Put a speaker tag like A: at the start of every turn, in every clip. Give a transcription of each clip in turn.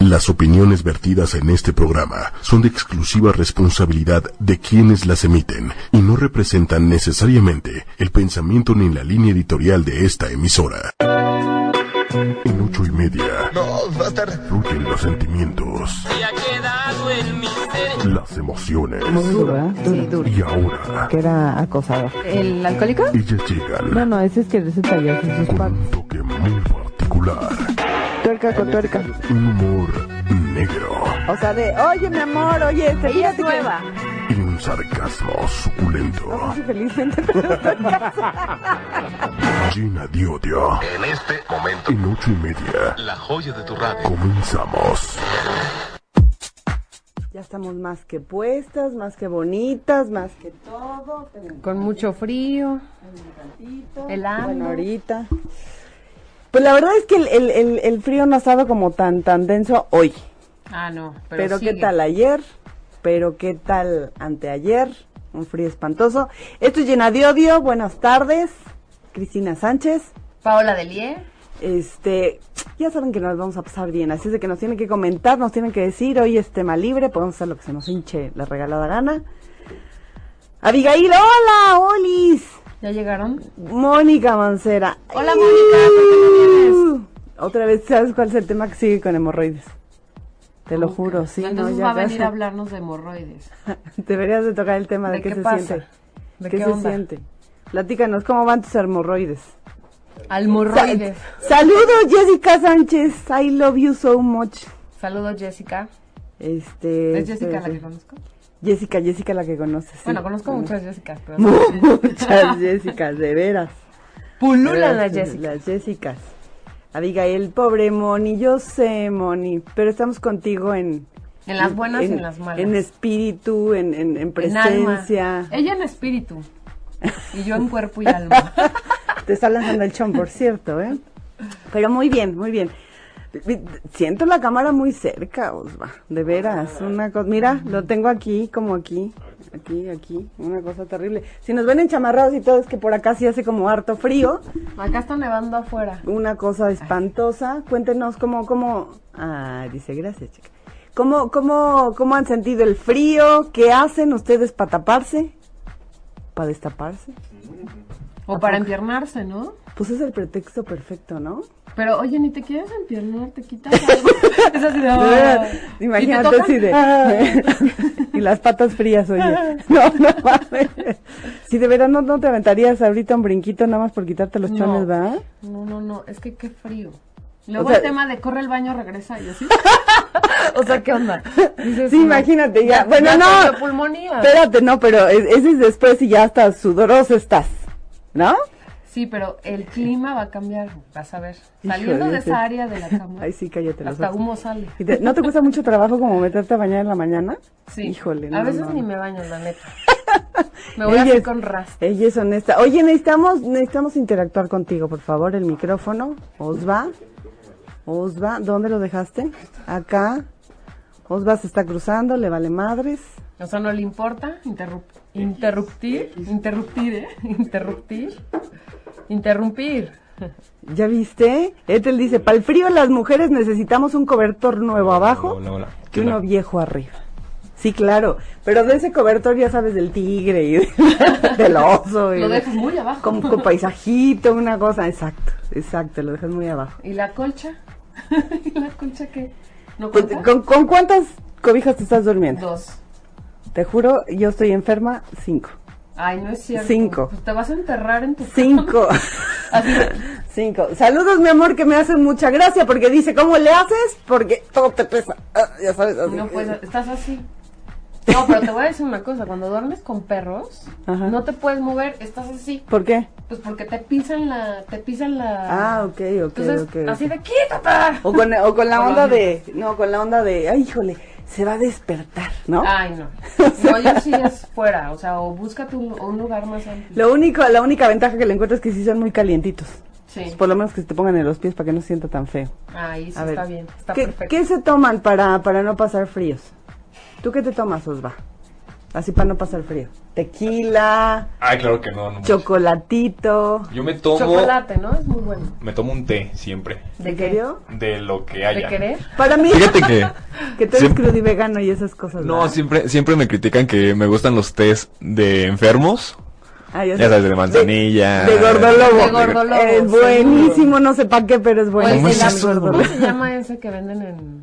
A: Las opiniones vertidas en este programa son de exclusiva responsabilidad de quienes las emiten y no representan necesariamente el pensamiento ni la línea editorial de esta emisora. En ocho y media
B: No, va a estar.
A: fluyen los sentimientos,
C: Se ha quedado en mi ser.
A: las emociones
D: Duro, ¿eh? ¿verdad? Duro.
A: y ahora
D: Queda acosador.
E: ¿El alcohólico?
A: ellas
D: No,
A: llegan
D: no, ese es que ese taller es sus
A: con
D: patas.
A: un toque muy particular,
D: Tuerca con tuerca.
A: un humor negro
D: O sea, de, oye, mi amor, oye, este
E: Ella es
D: fíjate que-
E: nueva.
A: y un sarcasmo suculento
D: Estoy Felizmente, pero estoy casada.
A: llena de odio.
B: En este momento,
A: En ocho y media
B: la joya de tu radio.
A: comenzamos.
F: Ya estamos más que puestas, más que bonitas, más que todo.
E: Con mucho frío. Helando.
F: Bueno, ahorita. Pues la verdad es que el, el- el- el frío no ha estado como tan, tan denso hoy.
E: Ah, no. Pero,
F: Pero,
E: sigue.
F: qué tal ayer, pero qué tal anteayer. Un frío espantoso. Esto es llena de odio. Buenas tardes. Cristina Sánchez.
E: Paola Delier.
F: Este, ya saben que nos vamos a pasar bien, así es de que nos tienen que comentar, nos tienen que decir, hoy es tema libre, podemos hacer lo que se nos hinche la regalada gana. Abigail, hola, Olis.
E: ¿Ya llegaron?
F: Mónica Mancera.
E: Hola, Mónica, ¿por qué no vienes?
F: Otra vez, ¿sabes cuál es el tema que sigue con hemorroides? Te lo
E: Ok.
F: juro, sí.
E: Entonces
F: no,
E: va
F: ya
E: a venir
F: sé.
E: a hablarnos de hemorroides.
F: Deberías de tocar el tema de,
E: ¿De
F: qué,
E: qué
F: se
E: pasa?
F: siente.
E: ¿De
F: ¿Qué,
E: qué
F: se
E: onda?
F: siente? Platícanos, ¿cómo van tus hemorroides?
E: Almorroides.
F: Saludos, Jessica Sánchez. I love you so much.
E: Saludos, Jessica.
F: Este,
E: ¿Es Jessica la
F: espérate.
E: que conozco?
F: Jessica, Jessica la que conoces. sí.
E: Bueno, conozco muchas Jessicas, pero...
F: Muchas Jessicas, de veras.
E: Pululan
F: Pululan
E: las Jessicas.
F: Las Jessicas. Abigail, pobre Moni, yo sé, Moni, pero estamos contigo en...
E: En las buenas y en las malas.
F: En espíritu, en, en- en
E: En alma.
F: presencia.
E: Ella en espíritu. Y yo en cuerpo y alma.
F: Te está lanzando el chon, por cierto, ¿eh? Pero muy bien, muy bien. Siento la cámara muy cerca, Osva, de veras, una cosa, mira, lo tengo aquí, como aquí, aquí, aquí, una cosa terrible. Si nos ven enchamarrados y todo, es que por acá sí hace como harto frío,
E: Acá está nevando afuera.
F: una cosa espantosa. Cuéntenos cómo, cómo, ah, dice, gracias, chica. ¿Cómo, cómo, cómo han sentido el frío? ¿Qué hacen ustedes para taparse? ¿Para destaparse?
E: O para empiernarse, ¿no?
F: Pues es el pretexto perfecto, ¿no?
E: Pero, oye, ni te quieres empiernar, te quitas algo. Es así de...
F: De verdad,
E: "Ah". ¿Y
F: Imagínate
E: te Ah.
F: así de. y las patas frías, oye. No, no mames. Si de verdad no, no te aventarías ahorita un brinquito nada más por quitarte los
E: No.
F: chones, ¿verdad?
E: No, no, no, es que qué frío. Luego
F: O sea-
E: el tema de corre al baño, regresa y así.
F: O sea, ¿qué onda?
E: Dices,
F: Sí, imagínate, ya.
E: Pues ya-
F: bueno,
E: ya
F: no.
E: tengo pulmonía.
F: Espérate, no, pero es- ese es después y ya hasta sudoroso estás, ¿no?
E: Sí, pero el clima va a cambiar, vas a ver.
F: Híjole,
E: Saliendo de
F: ese-
E: esa área de la cama,
F: Ay, sí, cállate los
E: hasta
F: ojos.
E: humo sale.
F: ¿Y te- ¿No te cuesta mucho trabajo como meterte a bañar en la mañana?
E: Sí.
F: Híjole,
E: A
F: no,
E: veces
F: no,
E: ni
F: no.
E: me baño, la neta. Me voy así
F: Ella es-
E: con rasta.
F: Ella es honesta. Oye, necesitamos, necesitamos interactuar contigo, por favor. El micrófono. Osva. Osva, ¿dónde lo dejaste? Acá. Osva se está cruzando, le vale madres.
E: O sea, no le importa interrup- interruptir, interruptir, ¿eh? Interruptir, interrumpir.
F: ¿Ya viste? Ethel dice, para el frío las mujeres necesitamos un cobertor nuevo abajo que uno viejo arriba. Sí, claro, pero de ese cobertor ya sabes del tigre y del, del oso. y
E: Lo
F: de-
E: dejas muy abajo.
F: Con, con paisajito, una cosa, exacto, exacto, lo dejas muy abajo.
E: ¿Y la colcha? ¿Y la colcha qué? ¿No
F: Pues,
E: cuenta?
F: ¿Con, con cuántas cobijas te estás durmiendo?
E: Dos.
F: Te juro, yo estoy enferma, cinco.
E: Ay, no es cierto.
F: Cinco.
E: Pues te vas a enterrar en tu cama.
F: Cinco.
E: Así de,
F: cinco. Saludos, mi amor, que me hacen mucha gracia porque dice, ¿cómo le haces? Porque todo te pesa. Ah, ya sabes, así.
E: No, pues estás así. No, pero te voy a decir una cosa, cuando duermes con perros,
F: Ajá.
E: no te puedes mover, estás así,
F: ¿Por qué?
E: pues porque te pisan la, te pisan la
F: Ah, ok, ok,
E: Entonces,
F: ok.
E: así de quítate.
F: O con, o con la
E: Con
F: onda
E: los-
F: de, no, con la onda de, ay, híjole, se va a despertar, ¿no?
E: Ay, no. No, yo sí es fuera, o sea, o búscate un, un lugar más amplio.
F: Lo único, la única ventaja que le encuentro es que sí son muy calientitos.
E: Sí.
F: pues, Por lo menos que se te pongan en los pies para que no se sienta tan feo.
E: Ahí sí
F: A ver,
E: está bien, está
F: ¿qué,
E: perfecto.
F: qué se toman para, para no pasar fríos? ¿Tú qué te tomas, Osva? así para no pasar frío. Tequila,
G: Ay, claro que no. no manches.
F: chocolatito.
G: Yo me tomo,
E: Chocolate, ¿no? Es muy bueno.
G: me tomo un té siempre,
E: ¿De
F: ¿En
E: qué?
F: serio?
G: de lo que
H: Ah,
E: ¿De
G: haya.
E: querer?
F: Para mí,
H: Fíjate que.
F: que tú eres
H: siempre-
F: crudo y vegano y esas cosas.
H: No,
F: ¿verdad?
H: siempre, siempre me critican que me gustan los tés de enfermos.
F: Ah,
H: Ya sabes, de manzanilla.
F: De, de gordolobo.
E: De gordolobo,
F: Es
E: seguro.
F: buenísimo, no sé para qué, pero es buenísimo.
H: es
E: Pues el
H: eso?
E: absor-
F: gordolobo.
E: ¿Cómo se llama ese que venden en,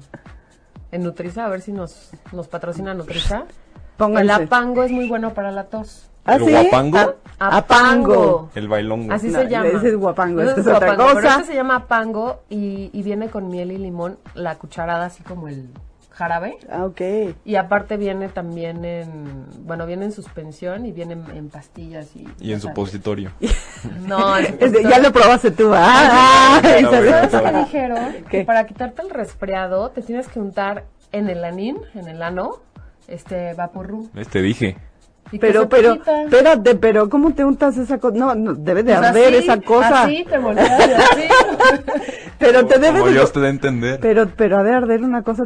E: en Nutriza? A ver si nos, nos patrocina Nutriza. El
F: Pónganse.
E: apango es muy bueno para la tos.
F: ¿Ah,
H: ¿El
F: sí?
H: guapango?
F: A- Apango.
H: El bailongo.
E: Así
F: No,
E: se llama.
F: ese es guapango,
E: Ese
F: esta es otra
E: guapango, pero
F: cosa.
E: este se llama apango y, y viene con miel y limón, la cucharada así como el jarabe.
F: Ah, ok.
E: Y aparte viene también en, bueno, viene en suspensión y viene en, en pastillas y...
H: Y en
E: o sea,
H: supositorio.
E: No, en
F: Es de-
E: supositorio.
F: ya lo probaste tú. Ah, ah,
H: no,
F: ¿sabes?
H: no,
E: ¿Sabes qué dijeron? Que
F: ¿Qué?
E: para quitarte el resfriado te tienes que untar en el anín, en el ano, este vaporru.
H: ¿Ves? Te dije.
E: Y que se
F: Pero,
E: te
F: pero,
E: quita.
F: espérate, pero ¿cómo te untas esa cosa? No, no, debe de
E: Pues
F: arder
E: así,
F: esa cosa.
E: Así te volteas y así.
F: Pero te debe
H: Como
F: de...
H: Dios te da a entender.
F: Pero, pero ha de arder una cosa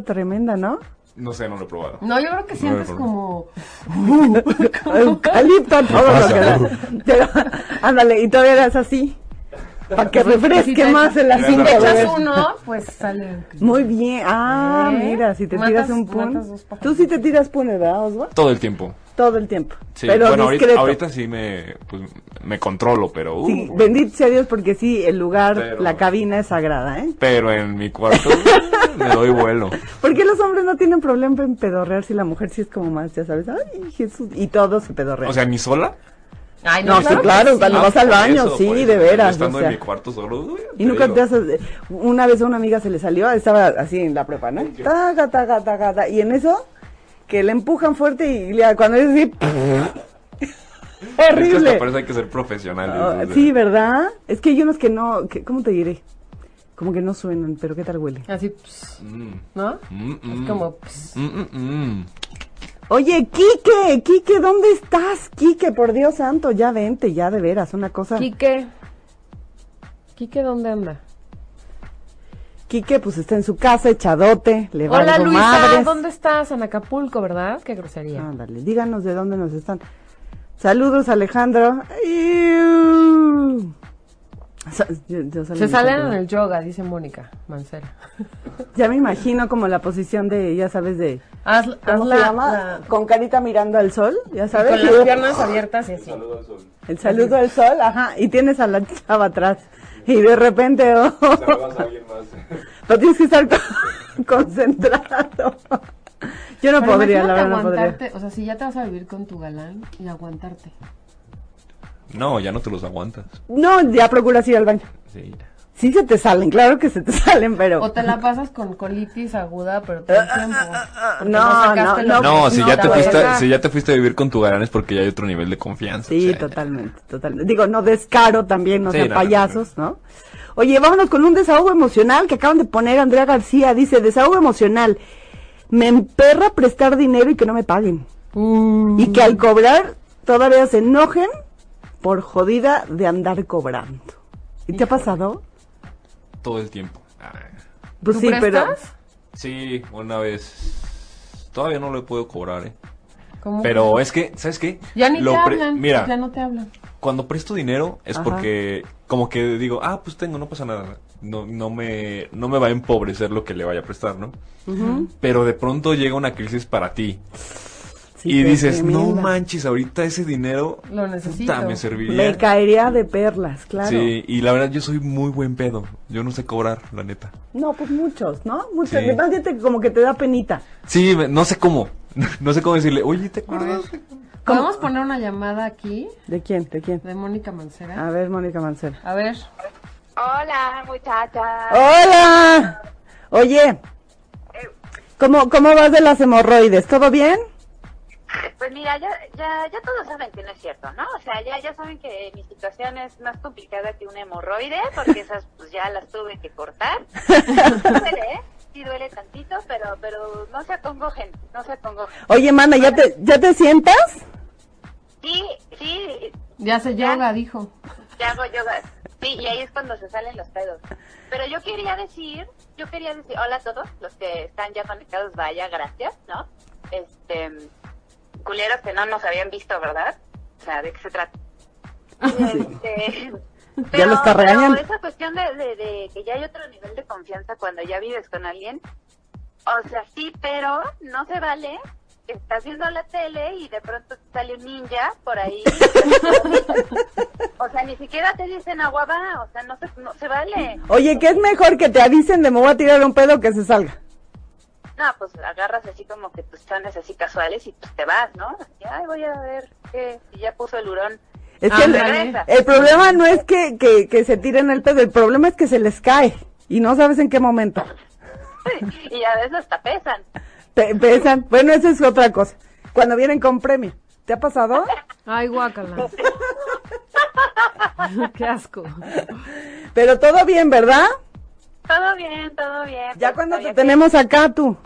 F: tremenda, ¿no?
H: No sé, no lo he probado.
F: Mm.
E: No, yo creo que sientes
H: no.
E: como
F: Eucalipto, todo lo que da. Pero, ándale, y todavía eras así. Para que
E: Si
F: refresque
E: te-
F: más el
E: si
F: asunto.
E: te
F: ¿verdad?
E: Pues echas uno, pues sale.
F: Muy bien. Ah,
E: ¿Eh?
F: mira, si te
E: Matas-
F: tiras un
E: matas dos
F: pun.
E: pájaros.
F: Tú sí te tiras punes, ¿verdad, Oswald?
H: Todo el tiempo.
F: Todo el tiempo.
H: Sí,
F: pero
H: bueno, ahorita,
F: discreto.
H: ahorita sí me, pues, me controlo, pero. uh,
F: Sí, bendito sea Dios porque sí, el lugar,
H: Pero-
F: la cabina es sagrada, ¿eh?
H: Pero en mi cuarto uh, me doy vuelo.
F: ¿Por qué los hombres no tienen problema en pedorrear si la mujer sí es como más, ya sabes? Ay, Jesús. Y todos se pedorrean.
H: O sea, ni sola. Ah,
E: Ay,
F: no, sí,
E: que
F: claro, cuando vas al
H: por
F: baño,
H: eso,
F: sí,
H: por eso.
F: de
H: Yo
F: veras.
H: Estando
F: o sea.
H: en mi cuarto solo. uh,
F: Y nunca
H: digo.
F: te haces. Una vez a una amiga se le salió, estaba así en la prepa, ¿no? Taca, taca, taca, taca. Y en eso, que le empujan fuerte y le- cuando es así.
H: Es que hasta
F: horrible.
H: parece hay que ser profesional.
F: Ah, sí, ¿verdad? Es que hay unos que no. que- ¿Cómo te diré? Como que no suenan, pero ¿qué tal huele?
E: Así, pss,
H: Mm,
E: ¿no? Es como, pues, pss,
F: Oye, Quique, Quique, ¿dónde estás? Quique, por Dios santo, ya vente, ya de veras, una cosa.
E: Quique. Quique, ¿dónde anda?
F: Quique, pues está en su casa, echadote, le va
E: Hola,
F: a
E: Luisa,
F: madres.
E: ¿dónde estás? En Acapulco, ¿verdad? Qué grosería.
F: Ándale, díganos de dónde nos están. Saludos, Alejandro. Iu. Sa- yo- yo salí
E: Se
F: en
E: salen en
F: Instagram.
E: el yoga, dice Mónica Mancera.
F: Ya me imagino como la posición de, ya sabes, de...
E: Haz,
F: ¿Cómo
E: haz
F: se
E: la-
F: llama?
E: la-
F: Con carita mirando al sol, ya sabes.
E: con las piernas abiertas y así.
F: El saludo al sol, ajá. Y tienes a la chava atrás. Y de repente... oh. Pero tienes que estar con- concentrado. Yo no
E: Pero
F: podría,
E: imagínate
F: la verdad, no podría.
E: aguantarte, O sea, si ya te vas a vivir con tu galán y aguantarte.
H: No, ya no te los aguantas.
F: No, ya procuras ir al baño.
H: Sí, ya.
F: Sí se te salen, claro que se te salen, pero...
E: O te la pasas con colitis aguda, pero todo el tiempo. porque
F: no,
E: sacaste
F: no,
E: lo que-
H: No,
F: pues
H: si,
F: no,
H: ya te
F: la
H: fuiste,
F: verdad.
H: si ya te fuiste a vivir con tu galán es porque ya hay otro nivel de confianza.
F: Sí,
H: o sea,
F: totalmente, totalmente. Digo, no descaro también, no
H: Sí,
F: sean
H: no, no,
F: payasos, ¿no? Oye, vámonos con un desahogo emocional que acaban de poner Andrea García. Dice, desahogo emocional. Me emperra prestar dinero y que no me paguen. Y que al cobrar todavía se enojen por jodida de andar cobrando. ¿Y te ha pasado?
H: Todo el tiempo. Ah,
F: Pues
E: ¿Tú
F: sí, pero...
E: prestas?
H: Sí, una vez. Todavía no lo puedo cobrar, ¿eh?
E: ¿Cómo?
H: Pero es que, ¿sabes qué?
E: Ya ni
H: Lo
E: te
H: pre-
E: hablan.
H: Mira,
E: Ya no te hablan.
H: cuando presto dinero es
F: Ajá.
H: porque como que digo, ah, pues tengo, no pasa nada. No, no, me, no me va a empobrecer lo que le vaya a prestar, ¿no? Pero de pronto llega una crisis para ti.
F: Sí,
H: y
F: pero
H: dices, no
F: tremenda.
H: manches, ahorita ese dinero...
E: Lo
H: puta,
E: necesito.
H: me serviría.
F: Me caería de perlas, claro.
H: Sí, y la verdad yo soy muy buen pedo. Yo no sé cobrar, la neta.
F: No, pues muchos, ¿no? Muchos.
H: Sí.
F: Más bien te- como que te da penita.
H: Sí, me- no sé cómo. No sé cómo decirle, oye, ¿te acuerdas?
E: ¿Podemos poner una llamada aquí
F: ¿De quién? ¿De quién?
E: de Mónica Mancera?
F: A ver, Mónica Mancera.
E: A ver.
I: Hola,
F: Oh.
I: muchachas.
F: ¡Hola! Oye, ¿cómo, ¿cómo vas de las hemorroides? ¿Todo bien?
I: Pues mira, ya, ya, ya todos saben que no es cierto, ¿no? O sea, ya, ya saben que mi situación es más complicada que una hemorroide, porque esas pues ya las tuve que cortar. Sí duele, ¿eh? Sí duele tantito, pero, pero no se acongojen, no se acongojen.
F: Oye, mana, ¿ya te, ¿ya te sientas?
I: Sí, sí,
E: Ya se yoga, dijo.
I: ya hago yoga. Sí, y ahí es cuando se salen los pedos. Pero yo quería decir, yo quería decir, hola a todos los que están ya conectados, vaya, gracias, ¿no? Este, culeros que no nos habían visto, ¿verdad? O sea, ¿de qué se trata? Este,
F: Ya lo está regañando.
I: pero esa cuestión de, de- de que ya hay otro nivel de confianza cuando ya vives con alguien, o sea, sí, pero no se vale. que Estás viendo la tele y de pronto te sale un ninja por ahí. o sea, ni siquiera te dicen aguaba, o sea, no se, no se vale.
F: Oye, ¿qué es mejor que te avisen de me voy a tirar un pedo que se salga?
I: No, pues agarras así como que tus planes así casuales y pues te vas, ¿no? Así, Ay, voy a ver qué, si ya puso el hurón.
F: Es que el,
I: Ándale.
F: el problema no es que, que, que se tiren el pedo, el problema es que se les cae y no sabes en qué momento.
I: y a veces hasta pesan.
F: Te pesan. Bueno, esa es otra cosa. Cuando vienen con premio. ¿Te ha pasado?
E: Ay, guácala. Qué asco.
F: Pero todo bien, ¿verdad?
I: Todo bien, todo bien.
F: Ya
I: Pues,
F: cuando
I: estoy
F: te
I: aquí.
F: tenemos acá tú.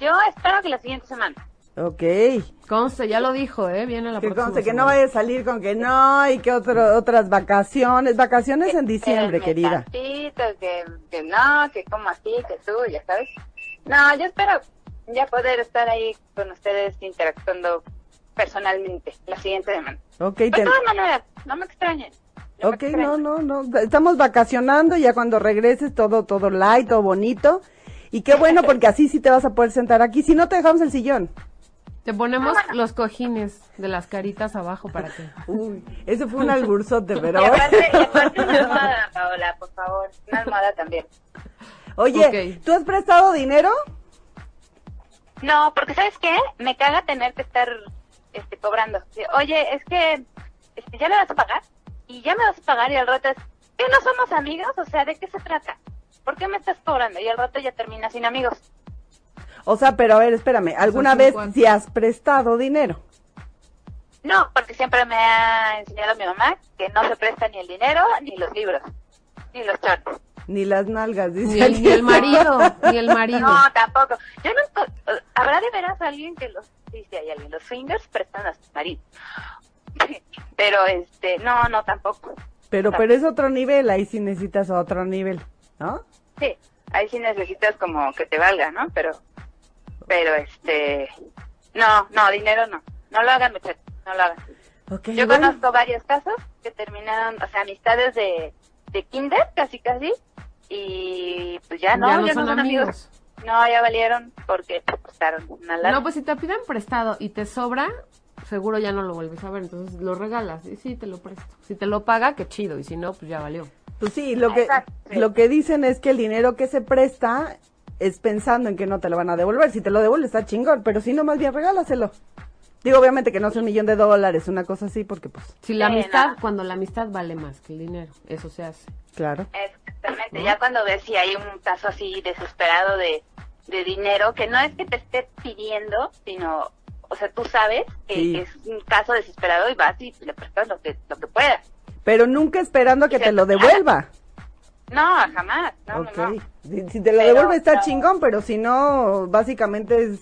I: Yo espero que la siguiente semana.
F: Ok. Que
E: Conste, ya lo dijo, ¿eh? Viene la próxima.
F: conste que no
E: semana.
F: vaya a salir con que no y que otro, otras vacaciones. Vacaciones en diciembre,
I: Que
F: querida.
I: me tantito, que, que no, que como así, que tú, ya sabes. No, yo espero ya poder estar ahí con ustedes interactuando personalmente la siguiente semana. Pues,
F: Ok,
I: De
F: te-
I: todas maneras, no me extrañen. me
F: ok,
I: extrañen.
F: no, no, no. Estamos vacacionando ya cuando regreses todo, todo light, todo bonito. Y qué bueno porque así sí te vas a poder sentar aquí. Si no, te dejamos el sillón.
E: Te
F: Ah,
E: ponemos los cojines de las caritas abajo para que.
F: Uy, eso fue un alburzote, pero...
I: Y aparte, y aparte una almohada, Paola, por favor. Una almohada también.
F: Oye,
E: Ok.
F: ¿tú has prestado dinero?
I: No, porque ¿sabes qué? Me caga tener que estar este, cobrando. Sí, Oye, es que este, ya me vas a pagar y ya me vas a pagar y al rato es, ¿qué no somos amigos? O sea, ¿de qué se trata? ¿Por qué me estás cobrando? Y al rato ya terminas sin amigos.
F: O sea, pero a ver, espérame, ¿alguna
E: Son
F: vez
E: 50.
F: si has prestado dinero?
I: No, porque siempre me ha enseñado mi mamá que no se presta ni el dinero, ni los libros, ni los charcos.
F: Ni las nalgas, dice.
E: Ni el,
F: aquí.
E: ni el marido, ni el marido.
I: No, tampoco. Yo nunca, habrá de veras alguien que los, sí, sí hay alguien, los fingers prestan a su marido. Pero este, no, no, tampoco.
F: Pero, pero es otro nivel, ahí sí necesitas otro nivel, ¿no?
I: Sí, ahí sí necesitas como que te valga, ¿no? Pero, pero este, no, no, dinero no. No lo hagan, muchachos, no lo hagan.
F: Ok,
I: Yo
F: bueno.
I: conozco varios casos que terminaron, o sea, amistades de, de kinder, casi casi, y pues ya no,
E: Ya no
I: ya
E: son amigos.
I: No, ya valieron porque te costaron una lana.
E: No, pues si te piden prestado y te sobra, seguro ya no lo vuelves a ver. Entonces lo regalas y sí, te lo presto. Si te lo paga, qué chido. Y si no, pues ya valió.
F: Pues sí, lo que,
I: Exacto.
F: lo que dicen es que el dinero que se presta es pensando en que no te lo van a devolver. Si te lo devuelves está chingón, pero si no, más bien regálaselo. Digo, obviamente que no es un millón de dólares, una cosa así, porque pues,
E: Si la
I: Sí,
E: amistad,
I: no.
E: cuando la amistad vale más que el dinero, eso se hace.
F: claro.
I: Exactamente, ya cuando ves si hay un caso así desesperado de, de dinero, que no es que te esté pidiendo, sino, o sea, tú sabes que
F: Sí.
I: es un caso desesperado y vas y le prestas lo que, lo que puedas.
F: Pero nunca esperando que te lo devuelva.
I: No, jamás, no,
F: ok.
I: no, no.
F: Si, si te lo
I: Pero,
F: devuelve está
I: no.
F: chingón, pero si no, básicamente es...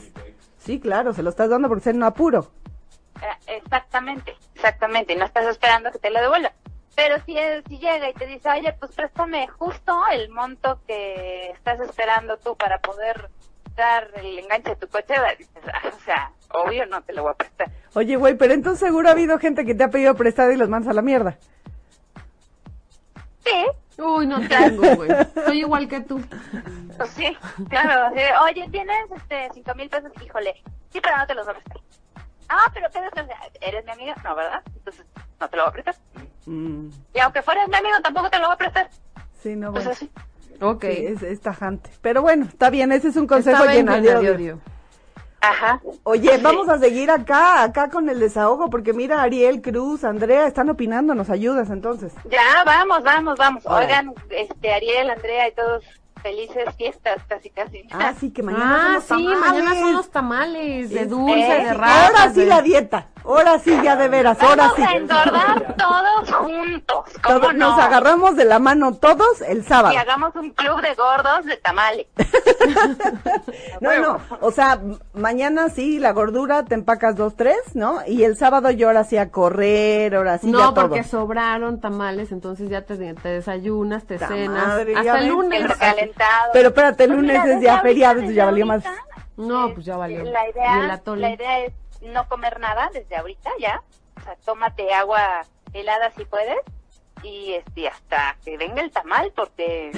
F: Sí, claro, se lo estás dando porque es no apuro.
I: Eh, Exactamente, exactamente, no estás esperando que te lo devuelva. Pero si, él- si llega y te dice, oye, pues préstame justo el monto que estás esperando tú para poder dar el enganche de tu coche, dices, "Ah, o sea, obvio no te lo voy a prestar.
F: Oye, güey, pero entonces seguro ha habido gente que te ha pedido prestado y los mandas a la mierda.
I: Sí,
E: Uy, no tengo, güey. Soy igual que tú.
I: Pues sí, claro. sí. Oye, tienes este cinco mil pesos, híjole. Sí, pero no te los voy a prestar. Ah, pero ¿qué desgracia- ¿Eres mi amiga? No, ¿verdad? Entonces, no te lo voy a prestar.
F: Mm,
I: Y aunque fueras mi amigo, tampoco te lo voy a prestar.
F: sí, no,
I: Pues
F: Ah, bueno.
I: así.
E: Ok.
F: Sí, es, es tajante. Pero bueno, está bien, ese es un consejo
E: Estaba en
F: lleno de
E: plena de
F: odio.
E: odio.
I: Ajá.
F: Oye, vamos a seguir acá, acá con el desahogo, porque mira, Ariel, Cruz, Andrea, están opinando, nos ayudas entonces.
I: Ya, vamos, vamos, vamos.
F: Órale.
I: Oigan, este, Ariel, Andrea y todos felices fiestas, casi, casi.
F: Ah, sí, que mañana
E: Ah, sí,
F: son los
E: mañana son
F: tamales.
E: los tamales de
F: Sí,
E: dulce,
I: sí,
E: de
I: sí.
E: rajas.
F: Ahora sí
E: de-
F: la dieta, ahora sí ya de veras, ahora
I: Vamos
F: sí.
I: a engordar todos juntos. ¿Cómo
F: Todos-
I: no?
F: Nos agarramos de la mano todos el sábado.
I: Y hagamos un club de gordos de tamales.
F: No, no, o sea, m- mañana sí, la gordura, te empacas dos, tres, ¿no? Y el sábado yo ahora sí a correr, ahora sí ya
E: no,
F: todo.
E: porque sobraron tamales, entonces ya te, te desayunas, te
F: Ta
E: cenas.
F: madre, ya
E: hasta el
F: ves,
E: lunes.
I: El recalentado. Pues
F: Pero
E: Pues
F: espérate, el lunes
I: Mira,
F: es
I: desde
F: día
I: ahorita,
F: feriado,
I: desde
F: ya valió más.
I: ahorita,
E: No,
I: este,
E: pues ya valió.
I: La
E: Y el
I: idea,
E: atole.
I: la idea es no comer nada desde ahorita ya. O sea, tómate agua helada si puedes. Y este, hasta que venga el tamal porque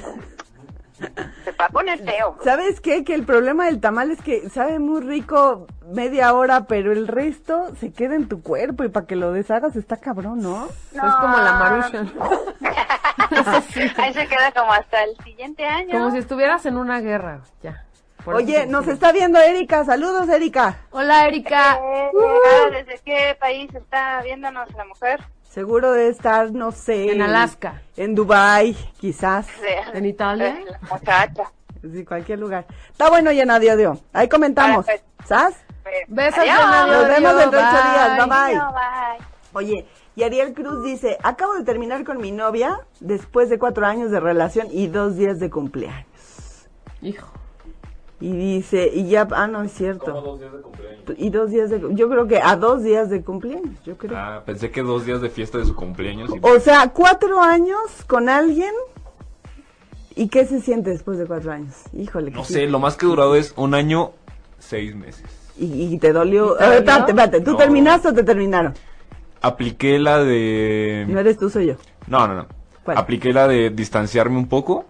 I: se va a poner feo.
F: ¿Sabes qué? Que el problema del tamal es que sabe muy rico media hora, pero el resto se queda en tu cuerpo y para que lo deshagas está cabrón, ¿no?
E: Es como la Maruchan.
I: Ahí se queda como hasta el siguiente año.
E: Como si estuvieras en una guerra, ya. Por eso
F: Oye,
E: te
F: nos
E: decía.
F: está viendo Erika. Saludos, Erika.
E: Hola, Erika. Uh.
I: Eh, ah, ¿Desde qué país está viéndonos la mujer?
F: Seguro de estar, no sé.
E: En Alaska.
F: En Dubai, quizás.
I: De-
E: ¿En Italia?
I: eh, La muchacha.
F: Pues Sí, cualquier lugar. Está bueno, llena adiós, adiós. Ahí comentamos.
I: Vale,
F: ¿Sas?
I: Pues,
E: Besos,
I: adiós.
E: Diana,
F: Nos vemos
E: adiós,
F: dentro de ocho días. Bye, bye.
I: Adiós, bye.
F: Oye, y Ariel Cruz dice, acabo de terminar con mi novia después de cuatro años de relación y dos días de cumpleaños.
E: Hijo.
F: Y dice, y ya, ah, no, es cierto. dos días de cumpleaños? Y dos días de, cu- yo creo que a dos días de cumpleaños, yo creo.
H: Ah, pues. pensé que dos días de fiesta de su cumpleaños. Y...
F: O sea, cuatro años con alguien. ¿Y qué se siente después de cuatro años? Híjole. que
H: No
F: sí.
H: sé, lo más que he durado es un año, seis meses.
F: Y, y te dolió.
E: ¿Y te
F: Ah,
E: dolió?
F: espérate, espérate. ¿Tú
H: No.
F: terminaste o te terminaron?
H: Apliqué la
F: No
H: de...
F: eres tú, soy yo.
H: No, no, no.
F: ¿Cuál?
H: Apliqué la de distanciarme un poco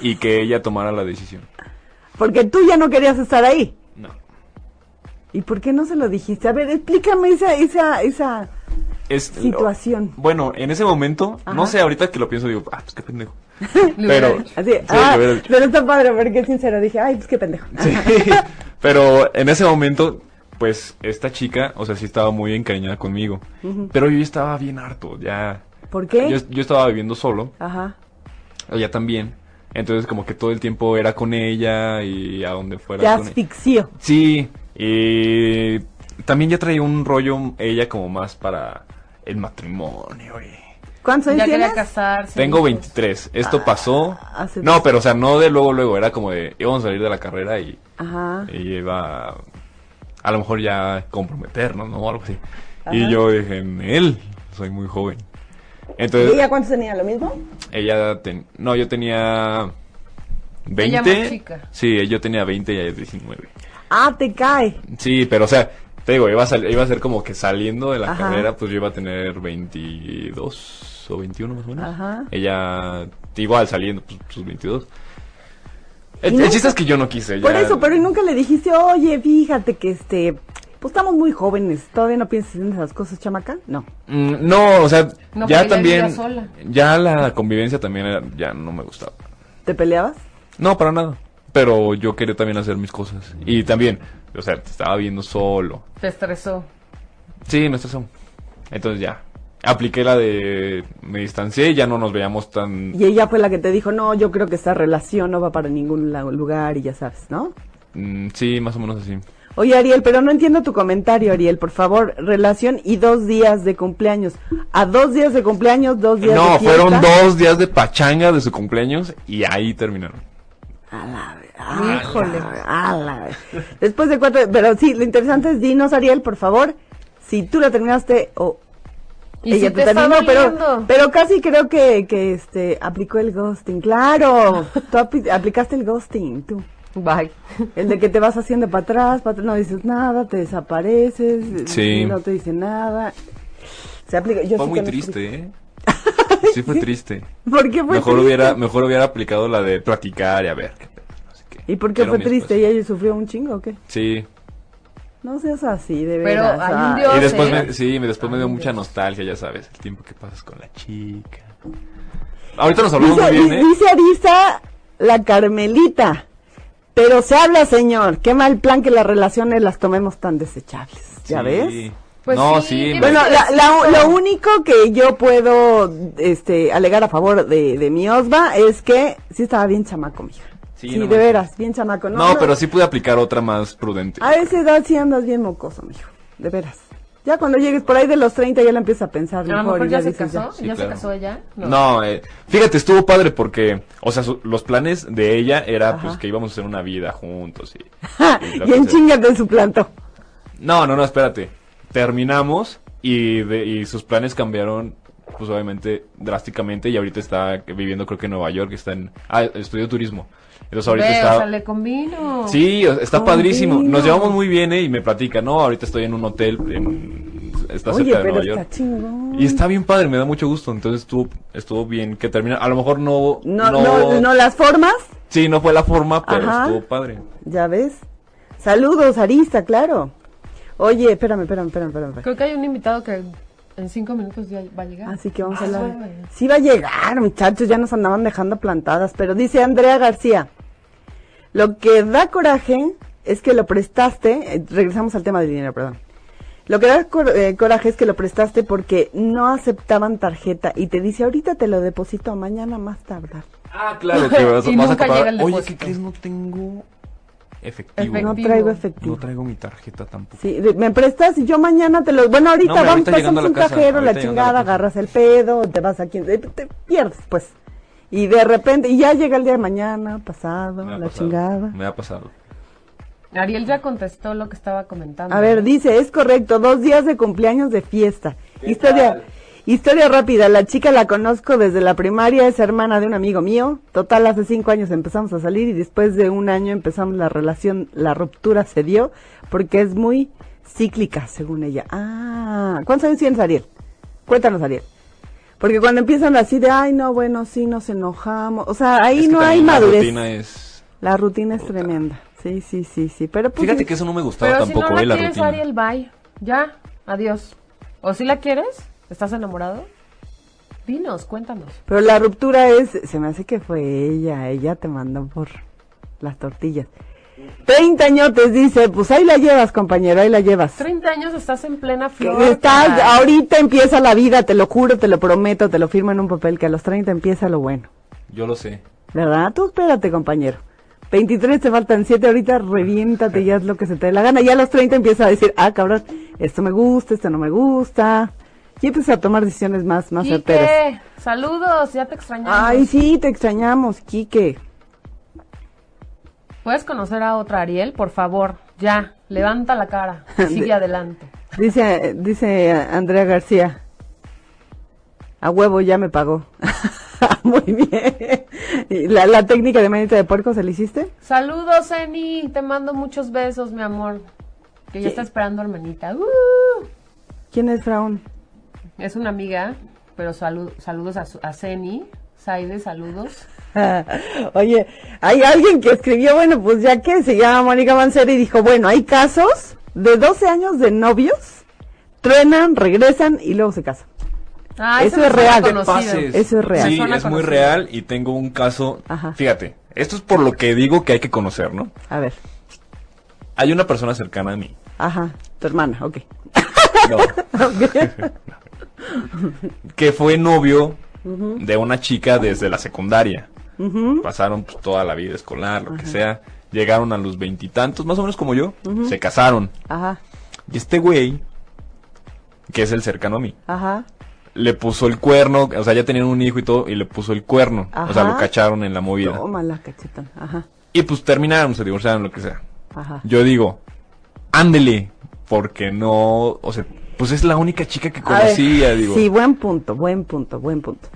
H: y que ella tomara la decisión.
F: Porque tú ya no querías estar ahí.
H: No.
F: ¿Y por qué no se lo dijiste? A ver, explícame esa, esa, esa.
H: Es,
F: Situación.
H: Bueno, en ese momento,
F: Ajá.
H: no sé, ahorita que lo pienso digo, ah, pues qué pendejo.
E: Le hubiera
H: Pero-
E: dicho.
F: Así,
H: Sí,
F: ah,
H: lo hubiera dicho.
F: pero está padre, porque es sincero. Dije, ay, pues qué pendejo.
H: Sí. Pero en ese momento, pues esta chica, o sea, sí estaba muy encariñada conmigo. Pero yo ya estaba bien harto, ya.
F: ¿Por qué?
H: Yo, yo estaba viviendo solo,
F: Ajá.
H: ella también. Entonces, como que todo el tiempo era con ella y a donde fuera.
F: Te
H: con ella.
F: asfixió.
H: Sí, y también ya traía un rollo ella como más para el matrimonio. y-
F: ¿Cuántos años
E: Ya quería
F: tienes?
E: casarse.
H: Tengo
E: hijos.
H: 23. Esto pasó.
F: hace
H: No,
F: dos.
H: pero o sea, no de luego, luego. Era como de íbamos a salir de la carrera y,
F: Ajá.
H: y iba a, a lo mejor ya a comprometernos, ¿no? O algo así. Y yo dije, en él, soy muy joven.
F: ¿Y
H: Entonces,
F: ella cuántos tenía? ¿Lo mismo?
H: ella ten- no, yo tenía 20.
E: Ella más chica.
H: Sí, yo tenía 20 y ella 19.
F: Ah, te cae.
H: Sí, pero o sea, te digo, iba a, sal- iba a ser como que saliendo de la
F: Ajá.
H: carrera, pues yo iba a tener 22 o 21 más o menos.
F: Ajá.
H: Ella, igual saliendo, pues, sus 22.
F: Y
H: El, el
F: nunca-
H: chiste es que yo no quise.
F: Por
H: ya-
F: eso, pero ¿y nunca le dijiste, oye, fíjate que este, pues estamos muy jóvenes, todavía no piensas en esas cosas, chamaca? No.
H: Mm, No, o sea,
E: No, pero ella
H: ya
E: vivía
H: también.
E: sola.
H: Ya la convivencia también era- ya no me gustaba.
F: ¿Te peleabas?
H: No, para nada. Pero yo quería también hacer mis cosas. Y también, o sea, te estaba viendo solo.
E: Te estresó.
H: Sí, me estresó. Entonces ya. Apliqué la de. Me distancié y ya no nos veíamos tan.
F: Y ella fue la que te dijo, no, yo creo que esta relación no va para ningún la- lugar y ya sabes, ¿no?
H: Mm, sí, más o menos así.
F: Oye, Ariel, pero no entiendo tu comentario, Ariel, por favor, relación y dos días de cumpleaños. A dos días de cumpleaños, dos días de
H: No,
F: fiesta.
H: fueron dos días de pachanga de su cumpleaños y ahí terminaron.
F: A la ve- a Híjole. la- a la ve- Después de cuatro, pero sí, lo interesante es, dinos, Ariel, por favor, si tú la terminaste o...
E: Y si
F: Ella te
E: te está
F: terminó, pero,
E: doliendo.
F: pero casi creo que, que este, aplicó el ghosting. Claro, tú api- aplicaste el ghosting, tú.
E: Bye.
F: El de que te vas haciendo para atrás, para atrás, no dices nada, te desapareces,
H: Sí.
F: no te dice nada. Se aplica. Yo
H: Fue
F: sí
H: muy
F: conozco-
H: triste, ¿eh? Sí, fue triste.
F: ¿Por qué fue
H: Mejor
F: triste?
H: hubiera, mejor hubiera aplicado la de platicar y a ver. qué pedo, no sé qué.
F: ¿Y por qué
H: Quiero
F: fue
H: mi
F: triste? ¿Y
H: espacio.
F: ella sufrió un chingo o qué?
H: Sí.
F: No seas así, de
E: Pero
F: veras.
E: hay un
F: ay.
E: Dios.
H: Y después
E: sé.
H: me, sí, me- después me
F: Ah,
H: dio mucha nostalgia, ya sabes, el tiempo que pasas con la chica. Ahorita nos hablamos
F: Dice,
H: muy bien,
F: di-
H: ¿eh?
F: dice Arisa la Carmelita. Pero se habla, señor. Qué mal plan que las relaciones las tomemos tan desechables. ¿Ya
H: Sí.
F: ves?
E: Pues
H: no,
E: sí,
H: sí.
E: dime
H: me-
F: Bueno, la- la- lo único que yo puedo este, alegar a favor de, de mi Osva es que sí estaba bien chamaco, mija.
H: Sí,
F: Sí,
H: no
F: de
H: manches.
F: veras, bien chamaco. No,
H: No,
F: no. Ah,
H: pero sí pude aplicar otra más prudente.
F: A esa edad sí andas bien mocoso, mijo. De veras. Ya cuando llegues por ahí de los 30 ya la empiezas a pensar
E: A lo
F: mejor.
E: mejor
F: y
E: ya se
F: dices,
E: casó.
H: Sí,
E: ¿Ya se
H: claro.
E: casó ella?
H: No, eh, fíjate, estuvo padre porque, o sea, su- los planes de ella era pues que íbamos a hacer una vida juntos y...
F: "Ja",
H: y la
F: y en
H: cosa.
F: chingas de su planto.
H: No, no, no, espérate. Terminamos y, de- y sus planes cambiaron pues obviamente drásticamente y ahorita está viviendo creo que en Nueva York, está en... Ah, estudió turismo. Entonces ahorita
E: Ve,
H: está...
E: o sea, le combino.
H: Sí, o- está
F: Con
H: padrísimo.
F: vino.
H: Nos llevamos muy bien, ¿eh? Y me platica, no, ahorita estoy en un hotel, en- está
F: Oye,
H: cerca de
F: pero
H: Nueva
F: está
H: York.
F: chingón.
H: Y está bien padre, me da mucho gusto. Entonces estuvo, estuvo bien que termina. A lo mejor no,
F: No, no, no, las formas,
H: Sí, no fue la forma, pero
F: Ajá.
H: estuvo padre.
F: ya ves. Saludos, Arista, claro. Oye, espérame, espérame, espérame, espérame. espérame.
E: Creo que hay un invitado que en cinco minutos ya va a llegar.
F: Así que vamos a
E: Ah,
F: hablar.
E: suave.
F: Sí va a llegar, muchachos, ya nos andaban dejando plantadas, pero dice Andrea García, lo que da coraje es que lo prestaste, eh, regresamos al tema del dinero, perdón. Lo que da cor- eh, coraje es que lo prestaste porque no aceptaban tarjeta y te dice, ahorita te lo deposito, mañana más tardar.
H: Ah, claro que vas,
E: Y
H: vas a
E: nunca llega
H: comprar.
E: el
H: Oye, ¿qué
E: depósito.
H: crees? No tengo efectivo.
F: No
E: Efectivo.
F: traigo
H: No
F: efectivo.
H: traigo mi tarjeta tampoco.
F: Sí, de- me prestas y yo mañana te lo... Bueno, ahorita
H: No, hombre,
F: vamos,
H: ahorita llegando
F: pasamos
H: a la
F: un
H: casa,
F: cajero, la
H: ahorita llegando a la
F: chingada,
H: casa.
F: agarras el pedo, te vas aquí, te, te pierdes, pues. Y de repente, y ya llega el día de mañana, pasado,
H: Me ha
F: la
H: pasado,
F: chingada.
H: Me ha pasado.
E: Ariel ya contestó lo que estaba comentando.
F: A ver, dice, es correcto, dos días de cumpleaños de fiesta. Historia, historia rápida, la chica la conozco desde la primaria, es hermana de un amigo mío. Total, hace cinco años empezamos a salir y después de un año empezamos la relación, la ruptura se dio porque es muy cíclica, según ella. Ah, ¿cuántos años tienes, Ariel? Cuéntanos, Ariel. Porque cuando empiezan así de, ay, no, bueno, sí, nos enojamos. O sea, ahí
H: Es que
F: no hay
H: también La
F: madurez.
H: rutina es.
F: La rutina es tremenda. Sí, sí, sí, sí. Pero pues,
H: Fíjate
F: sí.
H: que eso no me gustaba
E: Pero
H: tampoco,
E: si no
H: ¿eh?
E: la
H: La
E: quieres,
H: rutina.
E: Ariel, bye. Ya, adiós. ¿O si la quieres? ¿Estás enamorado? Dinos, cuéntanos.
F: Pero la ruptura es, se me hace que fue ella, ella te mandó por las tortillas. Treinta añotes dice, pues ahí la llevas, compañero, ahí la llevas.
E: 30 años estás en plena
F: Que
E: flor.
F: Estás,
E: caray.
F: ahorita empieza la vida, te lo juro, te lo prometo, te lo firmo en un papel, que a los 30 empieza lo bueno.
H: Yo lo sé.
F: ¿Verdad? Tú espérate, compañero. 23 te faltan 7, ahorita reviéntate y haz lo que se te dé la gana. Ya a los 30 empieza a decir, ah, cabrón, esto me gusta, esto no me gusta. Y empieza a tomar decisiones más, más certeras.
E: Quique, saludos, ya te extrañamos.
F: Ay, sí, te extrañamos, Quique.
E: ¿Puedes conocer a otra Ariel? Por favor, ya, levanta la cara, y sigue
F: De-
E: adelante.
F: Dice, dice Andrea García. A huevo ya me pagó. Muy bien. ¿Y ¿La, la técnica de manita de puerco se la hiciste?
E: Saludos, Eni, te mando muchos besos, mi amor. Que ya está esperando hermanita. ¡Uh!
F: ¿Quién es Fraun?
E: Es una amiga, pero salu- saludos a, su- a Zeni. Saide, saludos.
F: Oye, hay alguien que escribió, bueno, pues ya que se llama Mónica Mancera y dijo, bueno, hay casos de 12 años de novios, truenan, regresan y luego se casan.
E: Ah,
F: Eso
E: me
F: es
E: suena
F: real.
H: te
E: conocido.
H: pases.
F: Eso es real.
H: Sí,
E: Persona
H: es muy
E: conocida.
H: real y tengo un caso.
F: Ajá.
H: Fíjate, esto es por lo que digo que hay que conocer, ¿no?
F: A ver,
H: Hay una persona cercana a mí.
F: ajá, tu hermana, ok.
H: No. que fue novio de una chica desde la secundaria. Pasaron pues, toda la vida escolar, lo que sea. Llegaron a los veintitantos, más o menos como yo. Se casaron.
F: Ajá,
H: Y este güey, que es el cercano a mí,
F: ajá.
H: le puso el cuerno. O sea, ya tenían un hijo y todo, y le puso el cuerno. O sea,
F: Ajá.
H: lo cacharon en la movida.
F: Toma la cachetón, ajá,
H: Y pues terminaron, se divorciaron, lo que sea.
F: ajá.
H: Yo digo, ándele, porque no, o sea, pues es la única chica que
F: A ver,
H: conocía, digo.
F: Sí, buen punto, buen punto, buen punto.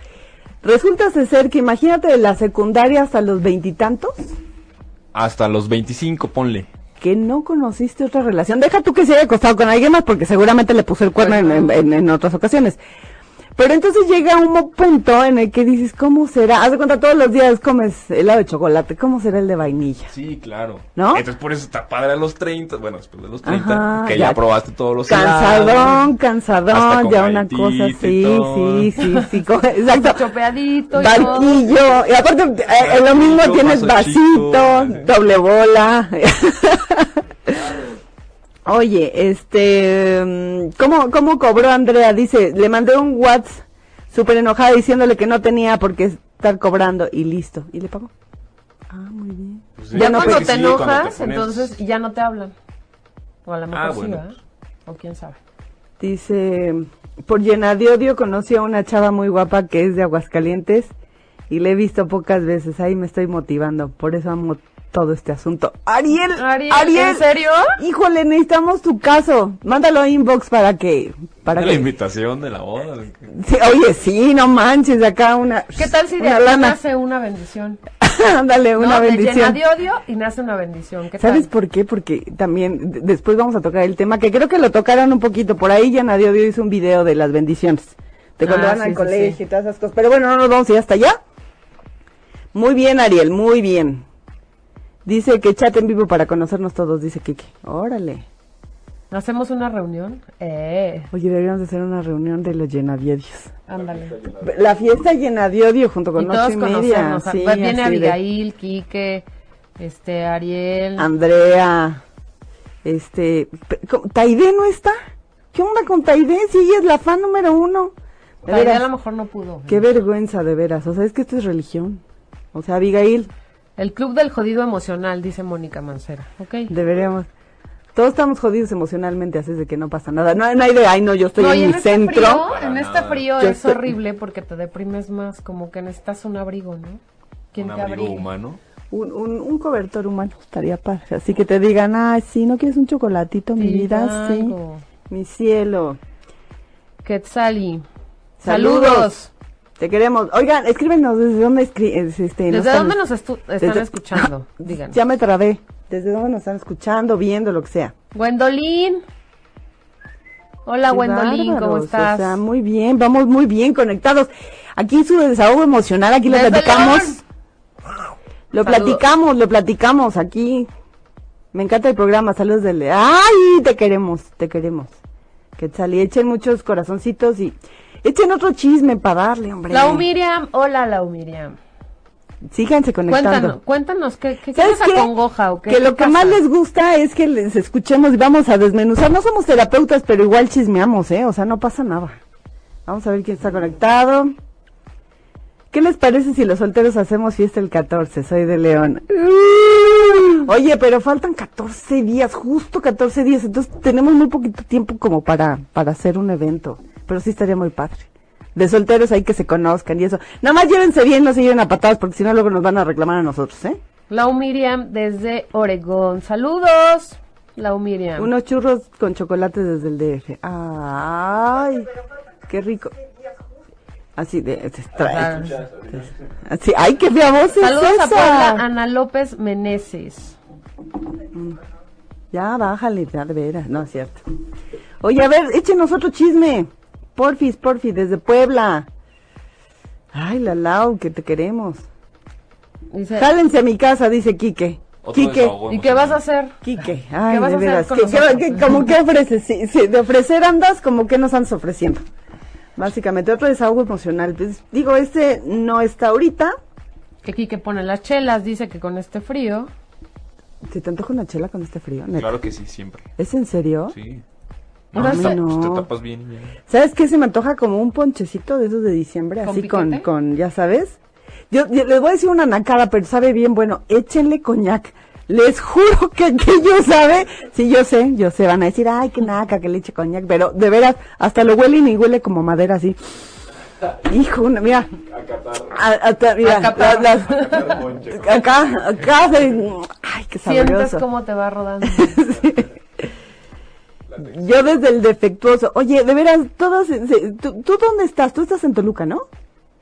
F: Resulta de ser que imagínate de la secundaria hasta los veintitantos
H: Hasta los 25, ponle.
F: que no conociste otra relación. Deja tú que se haya acostado con alguien más porque seguramente le puso el cuerno en, en- en- en otras ocasiones. Pero entonces llega un mo- punto en el que dices, ¿cómo será? Haz de cuenta, todos los días comes helado de chocolate, ¿cómo será el de vainilla?
H: Sí, claro.
F: ¿No?
H: Entonces por eso está padre a los 30, bueno, después de los 30,
F: Ajá,
H: que ya,
F: ya.
H: probaste todos los
F: Cansadón,
H: helados. Hasta
F: cansadón,
H: con
F: ya una
H: galletita
F: cosa
H: y
F: así,
H: todo.
F: sí, sí, sí, co- exacto.
E: Chopeadito y todo.
F: Banquillo, y aparte eh, eh, lo mismo
H: Banquillo, eh.
F: tienes
H: vaso
F: vasito,
H: chico.
F: doble bola. Oye, este, mm, ¿cómo, ¿cómo cobró Andrea? Dice, le mandé un WhatsApp súper enojada diciéndole que no tenía por qué estar cobrando y listo. Y le pagó. Ah, muy bien.
H: Pues sí,
E: Ya
H: no,
E: cuando
H: porque
E: te
H: sí,
E: enojas,
H: cuando te pones-
E: entonces ya no te hablan. O a lo mejor
H: Ah,
E: sí,
H: bueno.
E: ¿verdad? O quién sabe.
F: Dice, por llena de odio conocí a una chava muy guapa que es de Aguascalientes y le he visto pocas veces. Ahí me estoy motivando. Por eso amo todo este asunto. Ariel, Ariel,
E: Ariel, ¿en serio?
F: híjole, necesitamos tu caso. Mándalo a inbox para que, para
H: La
F: que.
H: invitación de la boda.
F: Sí, oye, sí, no manches, acá una.
E: ¿Qué tal si de
F: una
E: aquí
F: lana?
E: nace una bendición?
F: Ándale, una
E: ¿No? De llena
F: bendición.
E: de odio y nace una bendición. ¿Qué
F: ¿Sabes
E: tal?
F: por qué? Porque también d- después vamos a tocar el tema que creo que lo tocaron un poquito por ahí. Ya nadie hizo un video de las bendiciones. De cuando
E: Ah,
F: van
E: sí,
F: al
E: sí,
F: colegio
E: sí.
F: y todas esas cosas. Pero bueno, no nos vamos a ir hasta allá. Muy bien, Ariel, muy bien. Dice que chat en vivo para conocernos todos, dice Kike. Órale.
E: ¿Hacemos una reunión? Eh,
F: Oye, deberíamos de hacer una reunión de los llenaviedios.
E: ándale.
F: La fiesta llena de odio junto con
E: y todos
F: ocho y media.
E: conocemos. a- pues
F: Sí,
E: viene
F: así de-
E: Abigail, Quique, este, Ariel.
F: Andrea, este, pe- co- Taide no está. ¿Qué onda con Taide? Si ella es la fan número uno. De
E: Taide a
F: veras,
E: lo mejor no pudo.
F: qué vergüenza, de veras. O sea, es que esto es religión. O sea, Abigail,
E: El club del jodido emocional, dice Mónica Mancera. Ok.
F: deberíamos. Todos estamos jodidos emocionalmente, así es de que no pasa nada. No, hay- no hay de, ay, no, yo estoy
E: No, y
F: en mi
E: este
F: centro.
E: frío, en
H: Ah.
E: este frío
F: Yo
E: es
F: estoy-
E: horrible porque te deprimes más, como que necesitas un abrigo, ¿no? ¿Quién
H: Un
E: te
H: abrigo
E: abriga?
H: humano.
F: Un, un, un cobertor humano estaría padre. Así que te digan, ay, sí, ¿no quieres un chocolatito, mi
E: Sí,
F: vida? Sí,
E: algo.
F: mi cielo.
E: Quetzali.
F: Saludos.
E: Saludos.
F: Te queremos. Oigan, escríbenos desde dónde, escri- es- este,
E: ¿Desde
F: están-
E: dónde nos estu- están
F: Desde- Ah,
E: escuchando? Díganos.
F: Ya me trabé. ¿Desde dónde nos están escuchando, viendo, lo que sea?
E: Gwendolyn. Hola,
F: Qué
E: Gwendolyn, ¿cómo
F: bárbaros,
E: estás?
F: O sea, muy bien, vamos muy bien conectados. Aquí en su desahogo emocional, aquí lo
E: Desde
F: platicamos. Lo
E: Saludos.
F: platicamos, lo platicamos aquí. Me encanta el programa, saludos de ¡Ay! Te queremos, te queremos. Que y echen muchos corazoncitos y echen otro chisme para darle, hombre.
E: Lau Miriam, hola Lau Miriam.
F: Síganse conectando.
E: Cuéntanos, cuéntanos, ¿qué, qué, qué
F: ¿Sabes
E: nos acongoja o qué?
F: Que lo
E: ¿Qué
F: que
E: pasa?
F: más les gusta es que les escuchemos y vamos a desmenuzar. No somos terapeutas, pero igual chismeamos, ¿eh? O sea, no pasa nada. Vamos a ver quién está conectado. ¿Qué les parece si los solteros hacemos fiesta el 14? Soy de León. Oye, pero faltan 14 días, justo 14 días. Entonces tenemos muy poquito tiempo como para, para hacer un evento. Pero sí estaría muy padre. De solteros hay que se conozcan y eso. Nada más llévense bien, no se lleven a patadas, porque si no luego nos van a reclamar a nosotros, ¿eh?
E: Lau Miriam desde Oregón. Saludos, Lau Miriam.
F: Unos churros con chocolate desde el DF. Ay, qué rico. Así de, se trae.
E: Claro.
F: Así, ay, qué fea voz es
E: Saludos a
F: esa.
E: Puebla, Ana López Meneses.
F: Ya, bájale, ya de veras, no es cierto. Oye, a ver, échenos otro chisme. Porfis, porfis, desde Puebla. Ay, la Lau, que te queremos.
E: Dice,
F: Jálense a mi casa, dice Quique.
H: Otro
F: Quique,
H: desahogo
E: ¿y qué vas a hacer?
F: Quique, ay,
E: vas
F: de
E: a hacer
F: veras,
E: con
F: que- que-
E: nosotros?
F: que- como que ofreces, sí, sí, de ofrecer andas, como que nos andas ofreciendo. Básicamente, otro desahogo emocional. Pues, digo, este no está ahorita.
E: Que Quique pone las chelas, dice que con este frío.
F: ¿Se te antoja una chela con este frío? neta?
H: Claro que sí, siempre.
F: ¿Es en serio?
H: Sí.
F: Ah,
E: No,
H: te
E: no.
H: tapas, pues, te tapas bien. y ya.
F: ¿Sabes qué? Se me antoja como un ponchecito de esos de diciembre,
E: ¿Con
F: así con,
E: picante?
F: con, ya sabes. Yo, yo les voy a decir una nacada, pero sabe bien, bueno, échenle coñac. Les juro que, que yo sabe, sí, yo sé, yo sé, van a decir, ay, qué naca, que le eche coñac, pero de veras, hasta lo huelen y huele como madera así. Hijo, una- mira. A- hasta, mira,
E: Acaparra.
F: las- las- acá, acá, se- ay, qué
E: Sientes
F: sabroso.
E: cómo te va rodando.
F: Sí. Yo desde el defectuoso. Oye, de veras, todos. se- se- ¿tú, tú dónde estás? Tú estás en Toluca, ¿no?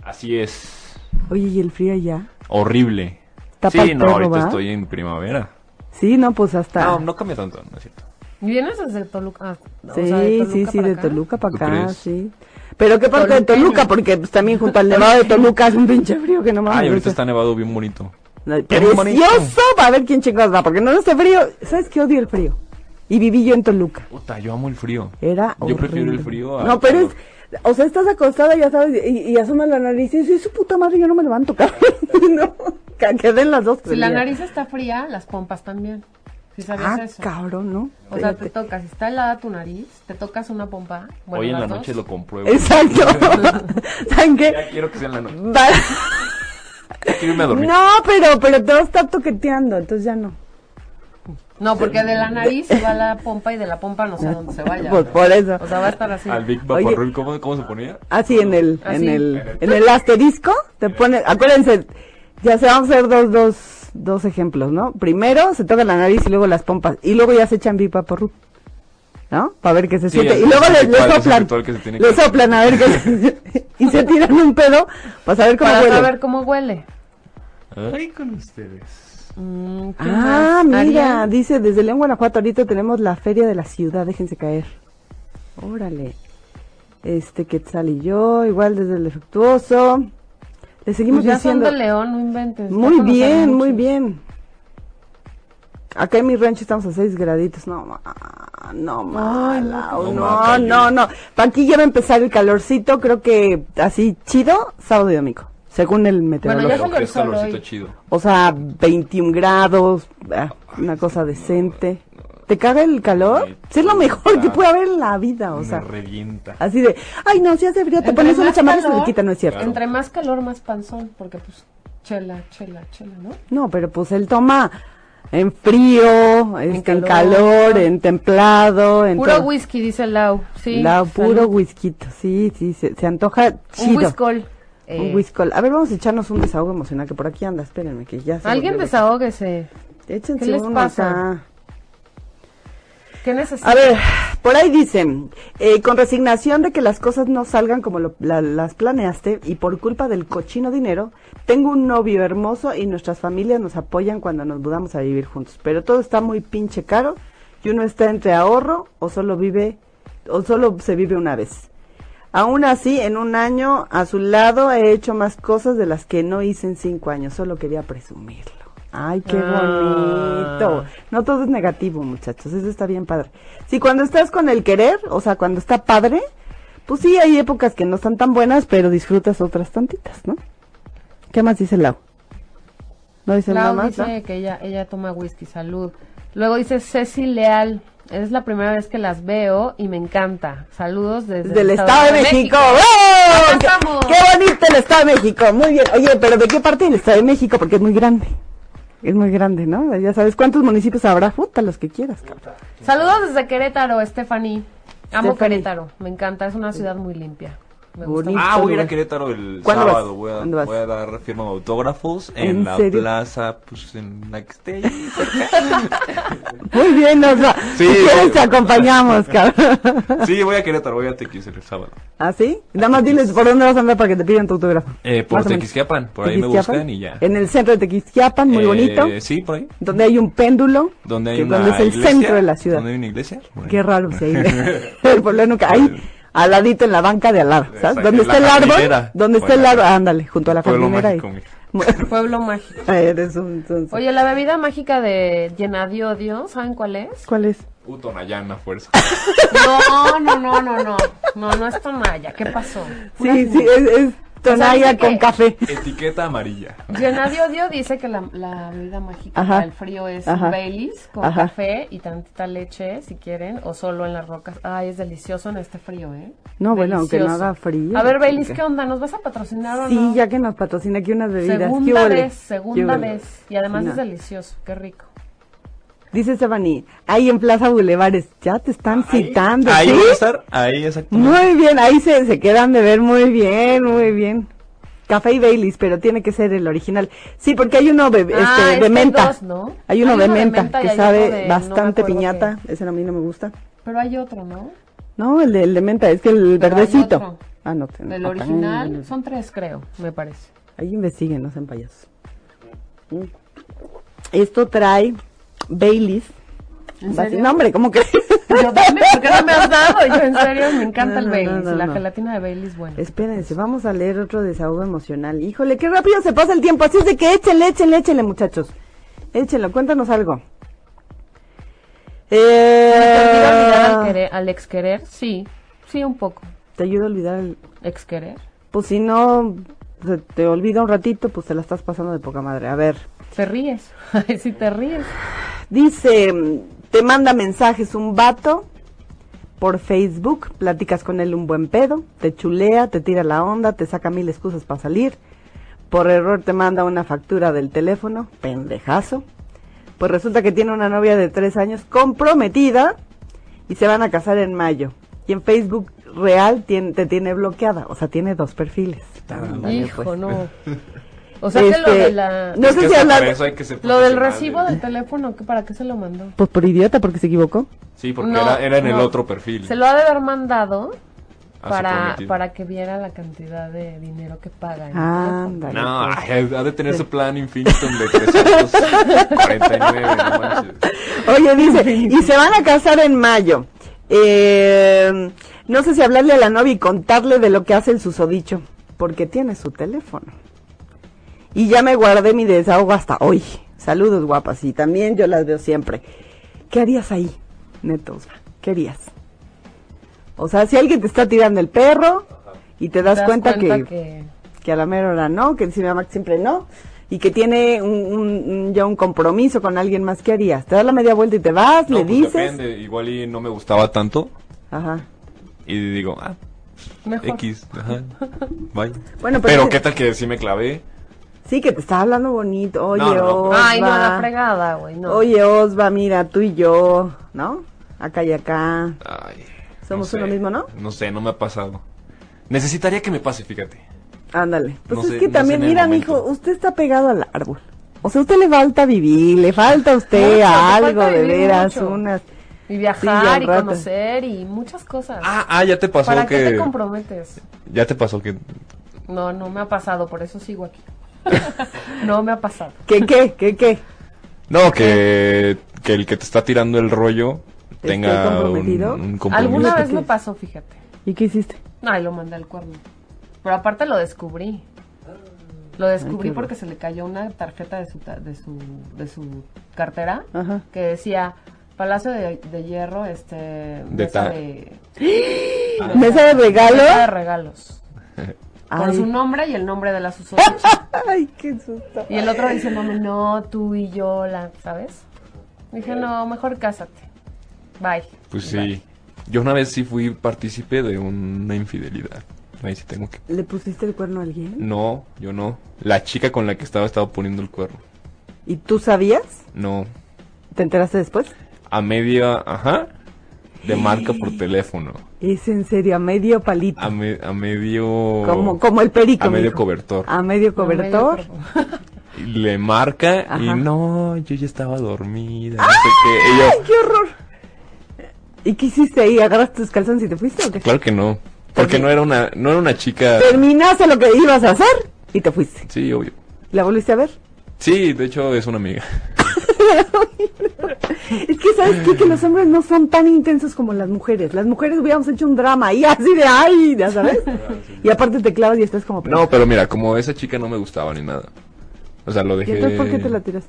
H: Así es.
F: Oye, ¿y el frío allá?
H: Horrible.
F: Tapa
H: Sí,
F: el
H: no,
F: perro,
H: ahorita
F: ¿va?
H: estoy en primavera.
F: Sí, no, pues hasta.
H: No, no cambia tanto, no es cierto.
E: ¿Vienes desde Toluca? Ah, o
F: sí,
E: sea, de Toluca
F: sí, sí,
E: para
F: de
E: acá.
F: Toluca para
H: ¿Tú
F: acá,
H: crees?
F: sí. Pero qué parte de
E: Toluqueño.
F: Toluca, porque pues, también junto al nevado de Toluca es un pinche frío que no mames.
H: Ay, ahorita
F: o sea,
H: está nevado bien bonito.
F: no,
H: bien bonito.
F: Precioso, va a ver quién chingados va, porque no hace frío. ¿Sabes qué odio el frío? Y viví yo en Toluca.
H: Puta, yo amo el frío.
F: Era
H: Yo prefiero
F: horrible.
H: el frío al
F: No, pero es,
H: calor.
F: o sea, estás acostada, ya sabes, y, y asomas la nariz y dices, su puta madre, yo no me levanto, cabrón. no, que queden las dos.
E: Si la
F: prendidas.
E: nariz está fría, las pompas también. Si sabías
F: Ah,
E: eso.
F: cabrón, ¿no?
E: O sea, te
F: Espérate.
E: tocas, si está helada tu nariz, te tocas una pompa. Bueno,
H: Hoy en la
E: las dos.
H: noche lo compruebo.
F: Exacto. ¿Saben qué?
H: Ya quiero que sea en la noche.
F: Va-
H: Ya quiero irme a dormir.
F: No, pero, pero te va a estar toqueteando, entonces ya no.
E: No, porque de la nariz se va la pompa y de la pompa no sé a dónde se vaya.
F: Por, por eso.
E: O sea, va a estar así.
H: Al Big
F: Oye.
H: Vaporrup, ¿cómo, ¿cómo se ponía?
F: Así en el,
E: Así.
F: en el, en el asterisco, te pone, acuérdense, ya se van a hacer dos, dos dos ejemplos, ¿no? Primero se toca la nariz y luego las pompas. Y luego ya se echan pipa por ru- ¿No? Para ver qué se
H: Sí,
F: siente.
H: es-
F: Y luego
H: es un
F: le, le
H: ritual, es un
F: soplan.
H: ritual que se tiene
F: Le
H: que-
F: soplan a ver qué se- Y se tiran un pedo para saber cómo
E: Para
F: huele.
E: saber cómo huele.
H: Ay, con ustedes.
E: Mm, ¿qué
F: Ah,
E: más?
F: mira,
E: Ariel,
F: dice, desde León, Guanajuato, ahorita tenemos la feria de la ciudad, déjense caer. Órale. Este, Quetzal y yo, igual desde el defectuoso. Le seguimos
E: pues ya son
F: diciendo.
E: de León, no inventes. ya
F: Muy
E: conocemos
F: bien,
E: mucho.
F: muy bien. Acá en mi rancho estamos a 6 graditos. No, ma- no, ma-
E: pues,
F: Lau,
H: no,
F: no,
H: ma,
F: no, no. Pa' aquí ya va a empezar el calorcito, creo que así chido, sábado y domingo, según el
E: Bueno,
F: meteorólogo.
E: ya
H: Pero
E: salió
H: que
E: el
H: es
E: sol
H: calorcito
E: hoy.
H: chido.
F: O sea, 21 grados, ah, una cosa decente. ¿Te caga el calor?
H: Sí,
F: Sí, es lo mejor que
H: claro.
F: puede haber en la vida, o
H: Me
F: sea.
H: revienta.
F: Así de, ay, no, si hace frío, te
E: Entre
F: pones una
E: más
F: chamarra y se
E: calor,
F: te quita, no es cierto.
E: Entre más calor, más panzón, porque pues chela, chela, chela, ¿no?
F: No, pero pues él toma en frío, este, en, calor.
E: calor.
F: en templado, en
E: Puro
F: todo.
E: whisky, dice Lau. Sí,
F: La- puro
E: salud.
F: whisky, sí, sí, se, se antoja
E: Un eh.
F: chido.
E: whiskol.
F: Un whiskol. A ver, vamos a echarnos un desahogo emocional, que por aquí anda, espérenme, que ya se
E: Alguien
F: volvió-
E: desahógese.
F: Échense
E: ¿Qué les
F: uno
E: pasa?
F: acá.
E: ¿Qué necesita?
F: A ver, por ahí dicen, eh, con resignación de que las cosas no salgan como lo- la- las planeaste y por culpa del cochino dinero, tengo un novio hermoso y nuestras familias nos apoyan cuando nos mudamos a vivir juntos. Pero todo está muy pinche caro y uno está entre ahorro o solo vive o solo se vive una vez. Aún así, en un año a su lado he hecho más cosas de las que no hice en cinco años. Solo quería presumirlo. Ay, qué
E: Ah.
F: bonito. No todo es negativo, muchachos. Eso está bien padre. Si cuando estás con el querer, o sea, cuando está padre, pues sí, hay épocas que no están tan buenas, pero disfrutas otras tantitas, ¿no? ¿Qué más dice Lau? ¿No dice nada
E: Lau
F: más?
E: dice
F: no?
E: que ella, ella toma whisky, salud. Luego dice Ceci Leal. Es la primera vez que las veo y me encanta. Saludos desde
F: Del Estado de México. ¡Bravo! ¡Qué,
E: estamos!
F: qué bonito el Estado de México! Muy bien. Oye, pero ¿de qué parte del Estado de México? Porque es muy grande. Es muy grande, ¿no? Ya sabes cuántos municipios habrá. Puta, los que quieras, cabrón.
E: Saludos desde Querétaro, Stephanie. Amo
F: Stephanie.
E: Querétaro, me encanta, es una ciudad muy limpia. Me gusta
F: Bonito.
E: mucho.
H: Ah, voy a ir
F: lugar.
H: a Querétaro el
F: ¿Cuándo vas?
H: sábado. Voy, a,
F: ¿Cuándo vas?
H: voy a dar firma de autógrafos en,
F: ¿En
H: la
F: serio?
H: plaza, pues en la que esté. ahí.
F: Muy bien, o sea,
H: Sí,
F: si quieres
H: bueno.
F: te acompañamos, cabrón.
H: Sí, voy a Querétaro, voy a TX el sábado.
F: ¿Ah, sí? Nada más diles por dónde vas a andar para que te pidan tu autógrafo.
H: Eh, por
F: Más o menos.
H: Tequisquiapan, por ahí me
F: Tequisquiapan.
H: buscan y ya.
F: En el centro de Tequisquiapan, muy
H: Eh,
F: bonito,
H: Sí, por ahí.
F: donde hay un péndulo,
H: Donde hay
F: que
H: una
F: donde es el
H: iglesia,
F: centro de la ciudad.
H: Donde hay una iglesia. Bueno.
F: Qué raro, sí. el pueblo nunca, ahí, al ladito en la banca de al lado, ¿sabes?
H: Exacto,
F: Donde
H: en
F: está el
H: la
F: árbol,
H: jardinera.
F: donde está el
H: Bueno.
F: árbol, ándale, junto a la
H: Pueblo
F: jardinera
H: mágico,
F: ahí.
H: mija.
E: Pueblo mágico.
F: Eres un- un- un-
E: Oye, la bebida mágica de llena de odio, ¿saben cuál es?
F: ¿Cuál es?
H: Utonayana, fuerza.
E: No, no, no, no, no. No, no es Tonaya, ¿qué pasó?
F: Sí, sí, es, es tonaya
E: dice
F: con
E: que-
F: café.
H: Etiqueta amarilla.
E: Llena de odio dice que la, la bebida mágica
F: Ajá.
E: para el frío es
F: Ajá.
E: Baileys con
F: Ajá.
E: café y tantita leche, si quieren, o solo en las rocas. Ay, es delicioso en este frío, ¿eh?
F: No, bueno, aunque no
E: Delicioso.
F: haga frío.
E: A ver, Baileys,
F: Chica.
E: ¿qué onda? ¿Nos vas a patrocinar o no?
F: Sí, ya que nos patrocina aquí unas bebidas. ¿Qué
E: Segunda
F: huele?
E: vez,
F: ¿Qué
E: segunda
F: huele?
E: vez. Y además
F: No.
E: es delicioso, qué rico.
F: Dice Stephanie, ahí en Plaza Bulevares, ya te están citando.
H: Ahí
F: ¿sí?
H: voy a estar, ahí exactamente.
F: Muy bien, ahí se, se quedan de ver muy bien, muy bien. Café y Baileys, pero tiene que ser el original. Sí, porque hay uno bebe-
E: Ah,
F: este,
E: es que
F: de
E: hay
F: menta.
E: dos, ¿no?
F: Hay uno de menta,
E: y
F: que
E: hay
F: sabe
E: otro de- no me
F: bastante
E: acuerdo
F: piñata.
E: qué.
F: Ese a mí no me gusta.
E: Pero hay otro, ¿no?
F: No, el de, el de menta, es que el
E: Pero hay
F: verdecito.
E: otro.
F: Ah, no. te-
E: El
F: no,
E: original,
F: tan-
E: son tres, creo, me parece.
F: Ahí investiguen, no sean payasos. Mm. Esto trae Baileys.
E: ¿En
F: Va-
E: serio?
F: No, hombre, ¿cómo que?
E: Yo dame, ¿por qué no me has dado? Yo, en serio, me encanta
F: No,
E: el
F: no,
E: Baileys.
F: no, no,
E: la
F: no.
E: gelatina de Baileys, bueno.
F: Espérense, vamos a leer otro desahogo emocional. Híjole, qué rápido se pasa el tiempo. Así es de que échenle, échenle, échenle, muchachos. Échenlo, cuéntanos algo. Ah.
E: ¿Te olvidó olvidar al,
F: Eh,
E: querer- al ex querer? Sí, sí, un poco.
F: te ayuda a olvidar. el-
E: Ex querer.
F: Pues si no se te olvida un ratito, pues te la estás pasando de poca madre. A ver.
E: Te ríes. Ay, sí, te ríes.
F: Dice, mm, te manda mensajes un vato por Facebook, platicas con él un buen pedo, te chulea, te tira la onda, te saca mil excusas para salir. Por error te manda una factura del teléfono, pendejazo. Pues resulta que tiene una novia de tres años comprometida y se van a casar en mayo. Y en Facebook real tien- te tiene bloqueada, o sea, tiene dos perfiles. Ándale,
E: Ah, Hijo,
F: pues.
E: no. O sea que lo
F: Este,
E: de la...
F: no
H: Es que
F: sé si
H: hasta
F: hablar.
H: para eso hay que ser
E: Lo del
H: profesional,
E: recibo
H: ¿eh?
E: del teléfono, ¿qué- ¿para qué se lo mandó?
F: Pues por idiota, porque se equivocó.
H: Sí, porque
E: No,
H: era, era en el
E: no.
H: otro perfil. Ah,
E: Se lo ha de haber mandado
H: a su
E: para,
H: prometido.
E: para que viera la cantidad de dinero que paga. en el teléfono.
F: Ah, Ándale.
H: No,
F: pues.
H: ay, ha de tener su plan infinito de 349. no manches.
F: Oye, dice, y se van a casar en mayo. Eh, no sé si hablarle a la novia y contarle de lo que hace el susodicho, porque tiene su teléfono. Y ya me guardé mi desahogo hasta hoy. Saludos guapas, y también yo las veo siempre. ¿Qué harías ahí, Neto? Osma? ¿Qué harías? O sea, si alguien te está tirando el perro y te das,
E: ¿Te das
F: cuenta, que,
E: que...
F: que a la mera hora no, que encima Max siempre no, y que tiene un, un- un- ya un compromiso con alguien más, ¿qué harías? ¿Te das la media vuelta y te vas?
H: No,
F: ¿Le
H: pues
F: dices?
H: depende, igual y no me gustaba tanto.
F: Ajá.
H: Y digo, ah,
E: Mejor. pues
H: X, ajá, bye.
F: Bueno, pero
H: pero
F: es-
H: qué tal que sí me clavé.
F: Sí, que te está hablando bonito. Oye,
H: No, no, no.
F: Osva.
E: Ay, no, la fregada, güey, no.
F: Oye, Osva, mira, tú y yo, ¿no? Acá y acá.
H: Ay,
F: Somos
H: no
F: uno
H: sé,
F: mismo, ¿no?
H: No sé, no me ha pasado. Necesitaría que me pase, fíjate.
F: Ándale. Pues
H: No
F: es
H: sé-
F: que
H: no sé
F: también,
H: en el
F: mira,
H: momento.
F: mijo, usted está pegado al árbol. O sea, a usted le falta vivir, le falta a usted
E: Mucho, te falta
F: algo de
E: vivir
F: veras,
E: mucho.
F: unas.
E: Y
F: Sí,
E: viajar
F: al
E: y
F: rato.
E: conocer y muchas cosas.
H: Ah, ah, ya te pasó
E: ¿Para
H: que.
E: qué te comprometes?
H: ya te pasó que.
E: No, no me ha pasado, por eso sigo aquí. no me ha pasado.
F: ¿Qué, qué, qué, qué?
H: No, que, que el que te está tirando el rollo
F: ¿Esté
H: tenga un,
F: comprometido?
H: un compromiso.
E: Alguna vez
F: ¿Qué
E: me
F: es?
E: pasó, fíjate.
F: ¿Y qué hiciste?
E: Ay, lo mandé al cuerno. Pero aparte lo descubrí. Lo
H: Ah,
E: descubrí porque se le cayó una tarjeta de su, ta- de su, de su cartera
H: Ah.
F: Ajá.
E: que decía Palacio de, de Hierro, este, mesa
H: ta-
E: de,
F: ¿Mesa de regalo?
E: mesa de regalos. Con
F: Ay.
E: su nombre y el nombre de la susodicha.
F: Ay, qué susto.
E: Y el otro diciéndome, no, tú y yo, la, ¿sabes? Dije, no, mejor cásate. Bye.
H: Pues sí. Yo una vez sí fui partícipe de una infidelidad. Ahí sí tengo que.
F: ¿Le pusiste el cuerno a alguien?
H: No, yo no. La chica con la que estaba estaba poniendo el cuerno.
F: ¿Y tú sabías?
H: No.
F: ¿Te enteraste después?
H: A media, ajá, de marca por teléfono.
F: Es en serio, a medio palito.
H: A, me- a medio...
F: como, como el perico.
H: A medio
F: mijo.
H: cobertor.
F: A medio cobertor.
H: Y Le marca
F: Ajá.
H: y no, yo ya estaba dormida. No sé qué. Y yo,
F: ¡Qué horror! ¿Y qué hiciste ahí? ¿Agarraste tus calzones y te fuiste o qué?
H: claro que no. Porque no era una, no era una chica...
F: Terminaste lo que ibas a hacer y te fuiste.
H: Sí, obvio.
F: ¿La volviste a ver?
H: Sí, de hecho es una amiga.
F: Es que, ¿sabes qué? Que los hombres no son tan intensos como las mujeres. Las mujeres hubiéramos hecho un drama y así de ¡ay! ¿Ya sabes? Y aparte te clavas y estás como...
H: No, pero mira, como esa chica no me gustaba ni nada. O sea, lo
F: ¿Y
H: dejé...
F: entonces por qué te la tiras?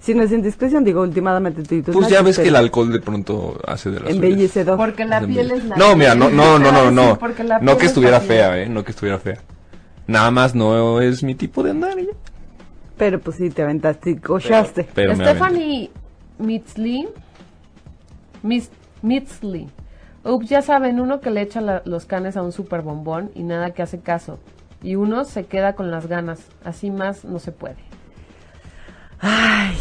F: Si no es indiscreción, digo, últimamente tú y tus
H: Pues ya
F: machos,
H: ves que el
F: pero
H: alcohol de pronto hace de las suyas.
F: Embellecedor.
E: Porque la
H: Es
E: piel
H: envidia.
E: es la
H: No, mira, no,
E: piel.
H: no, no, no,
E: Sí,
H: no.
E: porque la
H: No
E: piel
H: que
E: es
H: estuviera
E: la piel.
H: fea, eh, no que estuviera fea. Nada más no es mi tipo de andar. ¿eh? y ya.
F: Pero pues sí, te aventaste y cochaste.
H: Pero me aventé.
E: Stephanie Mitzli, Mis- Mitzli, Up, ya saben, uno que le echa la- los canes a un super bombón y nada que hace caso. Y uno se queda con las ganas, así más no se puede.
F: Ay,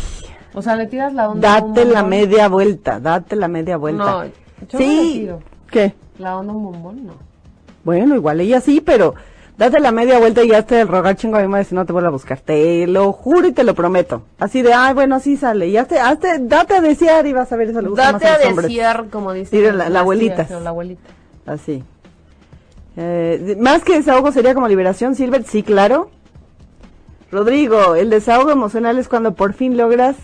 E: O sea, le tiras la onda. a un
F: date la
E: bombón.
F: media vuelta, date la media vuelta.
E: No, yo no le
F: sí.
E: tiro.
F: ¿Qué?
E: La onda a un bombón, no.
F: Bueno, igual ella sí, pero date la media vuelta y hazte el rogar chingo a mi madre si no te vuelvo a buscar. Te lo juro y te lo prometo. Así de, ay, bueno, así sale. Y hazte, hazte, date a desear y vas a ver eso le gusta
E: Date
F: más a
E: a
F: los hombres.
E: desear, como dice.
F: Tira la- la
E: las
F: abuelita.
E: tías, o La abuelita.
F: Así. Eh, de- más que desahogo sería como liberación, Silver, sí, claro. Rodrigo, el desahogo emocional es cuando por fin logras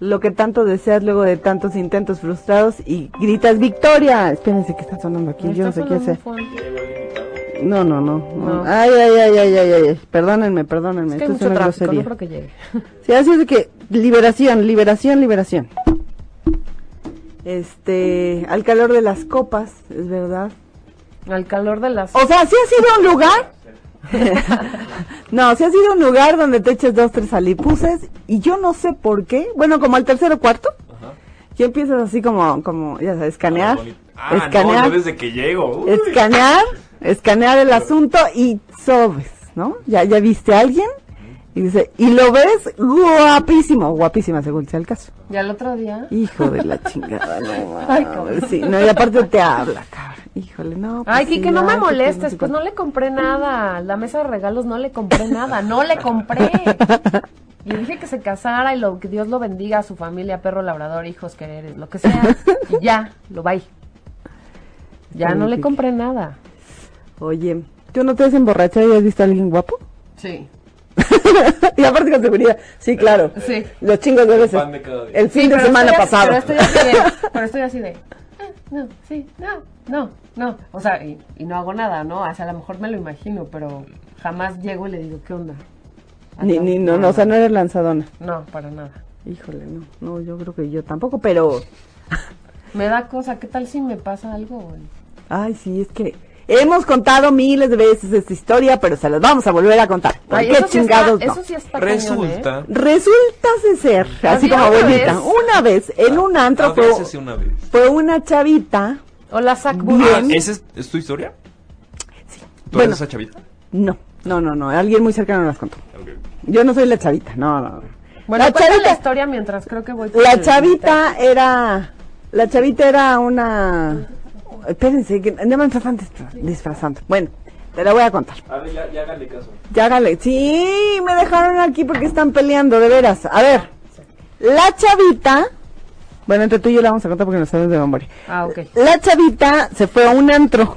F: lo que tanto deseas luego de tantos intentos frustrados y gritas victoria. Espérense que está sonando aquí,
E: Me
F: yo no
E: está
F: sé qué
E: sonando
F: hacer.
E: fuerte.
F: No, no, no. no.
E: No.
F: Ay, ay, ay, ay, ay, ay, ay. Perdónenme, perdónenme.
E: Es que hay
F: Esto
E: mucho
F: es una
E: tráfico, no
F: grosería.
E: creo que llegue.
F: Sí, así es de que liberación, liberación, liberación. Este, al calor de las copas, es verdad.
E: Al calor de las...
F: O sea, si ha sido un lugar. no, si ha sido un lugar donde te eches dos, tres alipuses. Y yo no sé por qué. Bueno, como al tercero o cuarto. Ya empiezas así como, como, ya sabes, escanear.
H: Ah,
F: escanear.
H: no, yo desde que llego. uy.
F: escanear, escanear el asunto y sobes, ¿no? Ya, ya viste a alguien y dice, y lo ves guapísimo, guapísima según sea el caso.
E: Y al otro día...
F: Hijo de la chingada, no
E: Ay,
F: mames.
E: cabrón.
F: Sí, no, y aparte te habla, cabrón. Híjole, no.
E: Ay,
F: pues sí,
E: Kike, no me
F: ay,
E: molestes,
F: no
E: pues
F: sé
E: no le compré nada. La mesa de regalos no le compré nada, no le compré. Le dije que se casara y lo, que Dios lo bendiga a su familia, perro labrador, hijos que eres, lo que sea. Y ya, lo bye. Ya no le compré nada.
F: cuánto. Oye, ¿tú no te has emborrachado y has visto a alguien guapo?
E: Sí.
F: y aparte con seguridad. Sí, claro.
E: Sí.
F: Los chingos de veces.
G: pan de cada día.
F: El fin
E: Sí,
F: de
E: pero
F: semana
E: estoy así-
F: pasado.
E: Pero estoy así de, pero estoy así de, ah, no, sí, no, no, no. O sea, y, y no hago nada, ¿no? O sea, a lo mejor me lo imagino, pero jamás llego y le digo, ¿qué onda?
F: ni, ni, no, no, o sea, no eres lanzadona.
E: No, para nada.
F: Híjole, no. No, yo creo que yo tampoco, pero.
E: Me da cosa, ¿qué tal si me pasa algo? güey?
F: Ay, sí, es que. Hemos contado miles de veces esta historia, pero se las vamos a volver a contar. ¿Por
E: Ay,
F: qué
E: eso sí
F: chingados
E: está-
F: no?
E: Eso sí está cañón, ¿eh?
H: Resulta.
F: Resulta de ser, así
E: Así
F: como
E: una
F: abuelita,
E: vez.
F: una vez en un
H: A
G: Ah,
F: antro fue,
H: veces Ah, una vez.
F: fue una chavita,
E: Hola, Zach
H: Ah,
E: Burgos.
H: ¿esa es, es tu historia? ¿Tú
F: Bueno.
H: eres esa chavita?
F: no, no, no, no, alguien muy cercano nos contó.
H: Ok.
F: Yo no soy la chavita, no, no. no.
E: Bueno,
F: la
E: cuenta la
F: chavita,
E: historia mientras creo que voy. por
F: la
E: el-
F: chavita era, la chavita era una, espérense, que no me están disfra- disfrazando. Bueno, te la voy a contar.
G: A ver, ya, ya háganle caso.
F: Ya hágale. Sí, me dejaron aquí porque están peleando, de veras. A ver, la chavita. Bueno, entre tú y yo la vamos a contar porque nos sabes de memoria.
E: Ah, ok.
F: La chavita se fue a un antro.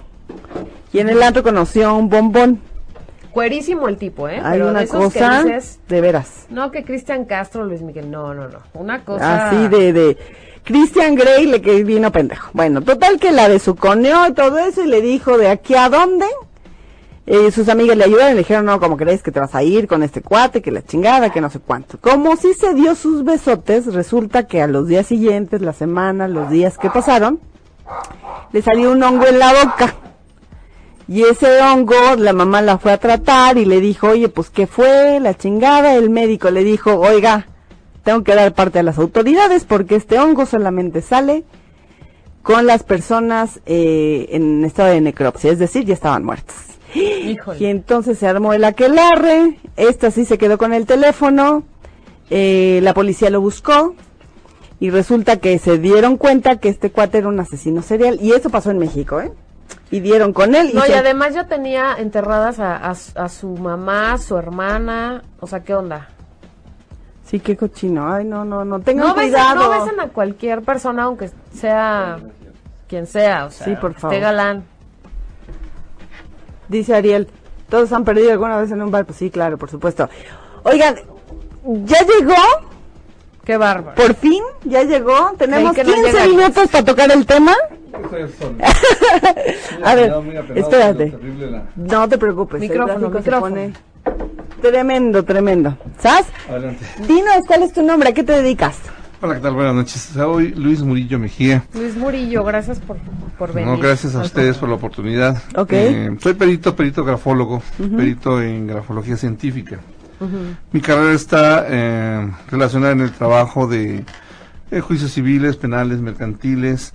F: Y en el antro conoció a un bombón.
E: Cuerísimo el tipo, ¿eh?
F: Hay
E: Pero de
F: una
E: esos que
F: cosa
E: dices,
F: de veras.
E: no, que Cristian Castro, Luis Miguel. No, no, no. Una cosa.
F: Así de, de. Christian Grey le que vino pendejo. Bueno, total que la desuconeó y todo eso y le dijo de aquí a dónde. Eh, sus amigas le ayudaron y le dijeron, no, ¿cómo crees que te vas a ir con este cuate? Que la chingada, que no sé cuánto. Como si se dio sus besotes, resulta que a los días siguientes, la semana, los días que pasaron, le salió un hongo en la boca. Y ese hongo, la mamá la fue a tratar y le dijo, oye, pues qué fue, la chingada. El médico le dijo, oiga, tengo que dar parte a las autoridades porque este hongo solamente sale con las personas eh, en estado de necropsia, es decir, ya estaban muertas.
E: Híjole.
F: Y entonces se armó el aquelarre, esta sí se quedó con el teléfono, eh, la policía lo buscó y resulta que se dieron cuenta que este cuate era un asesino serial y eso pasó en México, ¿eh? Y dieron con él.
E: No,
F: y
E: y
F: se-
E: además yo tenía enterradas a, a su- a su mamá, su hermana. O sea, ¿qué onda?
F: Sí, qué cochino. Ay, no, no, no. Tengan
E: no
F: cuidado.
E: Besan, no besan a cualquier persona, aunque sea quien sea. O sea,
F: Sí, por
E: que
F: favor.
E: esté galán.
F: Dice Ariel, todos han perdido alguna vez en un bar. Pues sí, claro, por supuesto. Oigan, ya llegó,
E: Qué bárbaro.
F: por fin, ya llegó. Tenemos
E: Creí que no
F: 15
E: llegaría.
F: minutos para tocar el tema. A ver, espérate. No te preocupes. el
E: Micrófono,
F: gráfico se
E: micrófono.
F: pone Tremendo, tremendo. ¿Sabes?
J: Adelante.
F: Dinos, ¿cuál es tu nombre? ¿A qué te dedicas?
J: Hola, ¿qué tal? Buenas noches. Soy Luis Murillo Mejía.
E: Luis Murillo, gracias por, por venir.
J: No, gracias a ustedes por la oportunidad.
F: Ok.
J: Eh, soy perito, perito grafólogo, perito en grafología científica. Mi carrera está eh, relacionada en el trabajo de eh, juicios civiles, penales, mercantiles,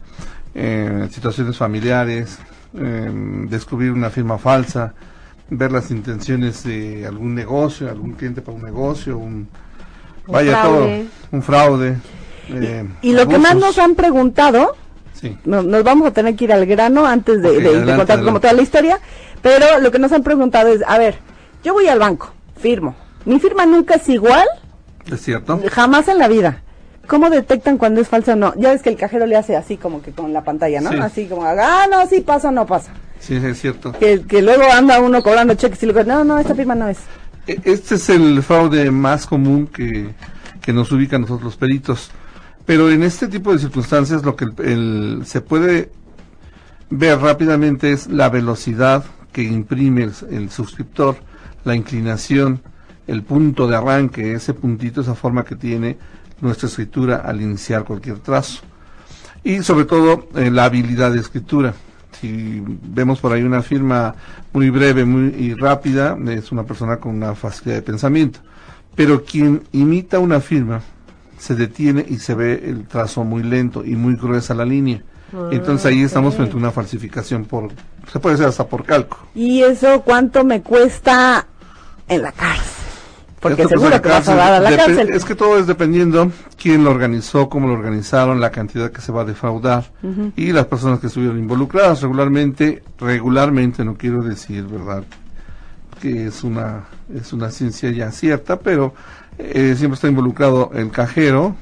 J: eh, situaciones familiares, eh, descubrir una firma falsa, ver las intenciones de algún negocio, algún cliente para un negocio, un, vaya
E: fraude.
J: todo, un fraude. eh,
F: Y lo que más
J: abusos.
F: nos han preguntado,
J: Sí.
F: no- nos vamos a tener que ir al grano antes de,
J: Ok,
F: de- de
J: adelante,
F: contar como
J: adelante.
F: toda la historia, pero lo que nos han preguntado es, a ver, yo voy al banco, firmo. Mi firma nunca es igual,
J: ¿Es cierto?
F: jamás en la vida. ¿Cómo detectan cuando es falsa o no? Ya ves que el cajero le hace así como que con la pantalla, ¿no?
J: Sí.
F: Así como, ah, no, sí pasa o no pasa.
J: Sí, es cierto.
F: Que, que luego anda uno cobrando cheques y luego, no, no, esta firma no es.
J: E- Este es el fraude más común que, que nos ubica a nosotros los peritos. Pero en este tipo de circunstancias lo que el- el- se puede ver rápidamente es la velocidad que imprime el, el suscriptor, la inclinación, el punto de arranque, ese puntito, esa forma que tiene nuestra escritura al iniciar cualquier trazo. y sobre todo eh, la habilidad de escritura. Si vemos por ahí una firma muy breve muy, y rápida, es una persona con una facilidad de pensamiento. Pero quien imita una firma se detiene y se ve el trazo muy lento y muy gruesa la línea. Entonces ahí estamos frente a una falsificación por, se puede hacer hasta por calco.
F: ¿Y eso cuánto me cuesta en la cárcel? Porque
J: Esto, pues,
F: seguro
J: la
F: que vas a
J: cárcel,
F: dar a la
J: depe-
F: cárcel.
J: Es que todo es dependiendo quién lo organizó, cómo lo organizaron, la cantidad que se va a defraudar
F: Ujú.
J: y las personas que estuvieron involucradas regularmente, regularmente no quiero decir, ¿verdad? Que es una es una ciencia ya cierta, pero eh, siempre está involucrado el cajero,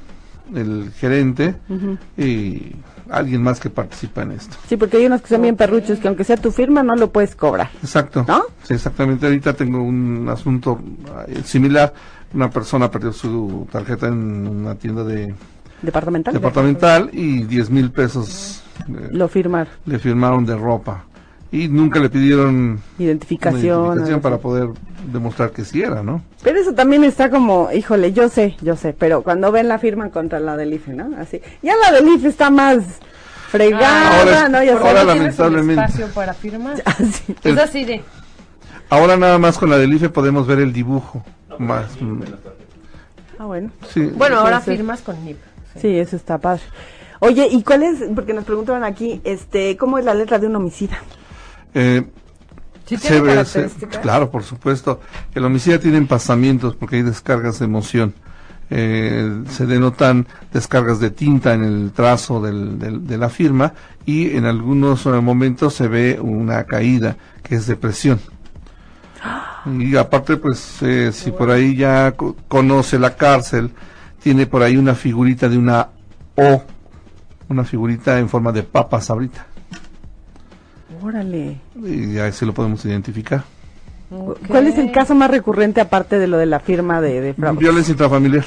J: el gerente
F: Ujú.
J: y alguien más que participa en esto.
F: Sí, porque hay unos que son bien perruchos que aunque sea tu firma no lo puedes cobrar.
J: Exacto.
F: ¿No?
J: Sí, exactamente. Ahorita tengo un asunto eh, similar. Una persona perdió su tarjeta en una tienda de
F: Departamental.
J: departamental y 10 mil pesos eh,
F: Lo firmar.
J: le firmaron de ropa. Y nunca le pidieron una
F: Identificación.
J: identificación
F: algo
J: para
F: así.
J: poder demostrar que sí era, ¿no?
F: Pero eso también está como, híjole, yo sé, yo sé, pero cuando ven la firma contra la del IFE, ¿no? Así. Ya la del IFE está más fregada,
J: Ah, Ahora es-
F: ¿no? Ya Ah,
J: ahora
F: sabes.
E: no tienes el
J: lamentablemente.
E: espacio para firmar.
F: Así.
E: Es así de.
J: Ahora nada más con la del IFE podemos ver el dibujo. más, mm,
F: Ah, bueno.
J: sí.
E: Bueno, ahora
F: sí.
E: firmas con NIP.
F: Sí, eso está padre. Oye, ¿y cuál es? Porque nos preguntaban aquí, este, ¿cómo es la letra de un homicida?
J: Eh,
E: Sí
J: se
E: tiene
J: ve- se-
E: características.
J: claro, por supuesto. El homicida tiene pasamientos porque hay descargas de emoción. Eh, se denotan descargas de tinta en el trazo del- del- de la firma y en algunos eh, momentos se ve una caída que es depresión. Y aparte, pues, eh, si por ahí ya co- conoce la cárcel, tiene por ahí una figurita de una O, una figurita en forma de papas ahorita.
F: Órale.
J: Y ahí se lo podemos identificar.
E: Ok.
F: ¿Cuál es el caso más recurrente aparte de lo de la firma de, de fraude?
J: Violencia intrafamiliar.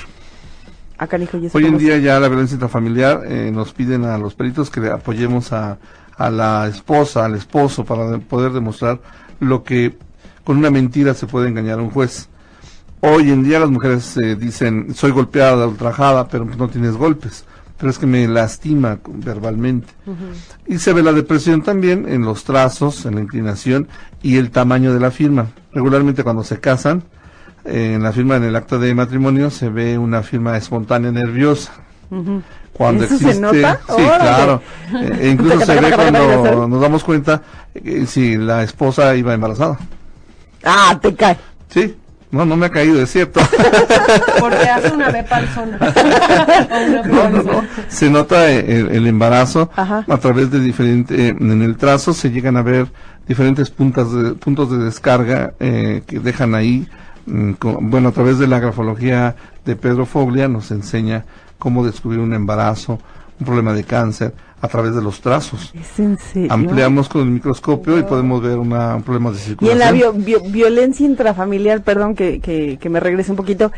F: Ah, canijo, ¿y eso
J: Hoy en
F: cómo
J: día ya la violencia intrafamiliar eh, nos piden a los peritos que le apoyemos a, a la esposa, al esposo, para de- poder demostrar lo que con una mentira se puede engañar a un juez. Hoy en día las mujeres eh, dicen, soy golpeada, ultrajada, pero no tienes golpes, pero es que me lastima verbalmente. Y se ve la depresión también en los trazos, en la inclinación y el tamaño de la firma. Regularmente cuando se casan, eh, en la firma, en el acta de matrimonio, se ve una firma espontánea nerviosa. Cuando
F: ¿Eso se
J: existe,
F: nota?
J: sí,
F: Órale.
J: claro. Eh, e incluso
F: Taca,
J: se
F: taca,
J: ve
F: taca, taca, taca,
J: cuando
F: taca.
J: nos damos cuenta eh, si la esposa iba embarazada.
F: es? Ah, te cae.
J: Sí, no, no me ha caído, es cierto.
E: Porque hace una B persona. o una
J: No, no, no. Se nota eh, el, el embarazo
F: Ajá.
J: a través de diferentes, en el trazo se llegan a ver diferentes puntas de, puntos de descarga eh, que dejan ahí. mm, con- bueno, a través de la grafología de Pedro Foglia nos enseña cómo descubrir un embarazo, un problema de cáncer a través de los trazos.
F: Es en serio.
J: Ampliamos con el microscopio y podemos ver una, un problema de
F: Y en
J: circulación.
F: la bio- bio- violencia intrafamiliar, perdón que, que, que me regrese un poquito,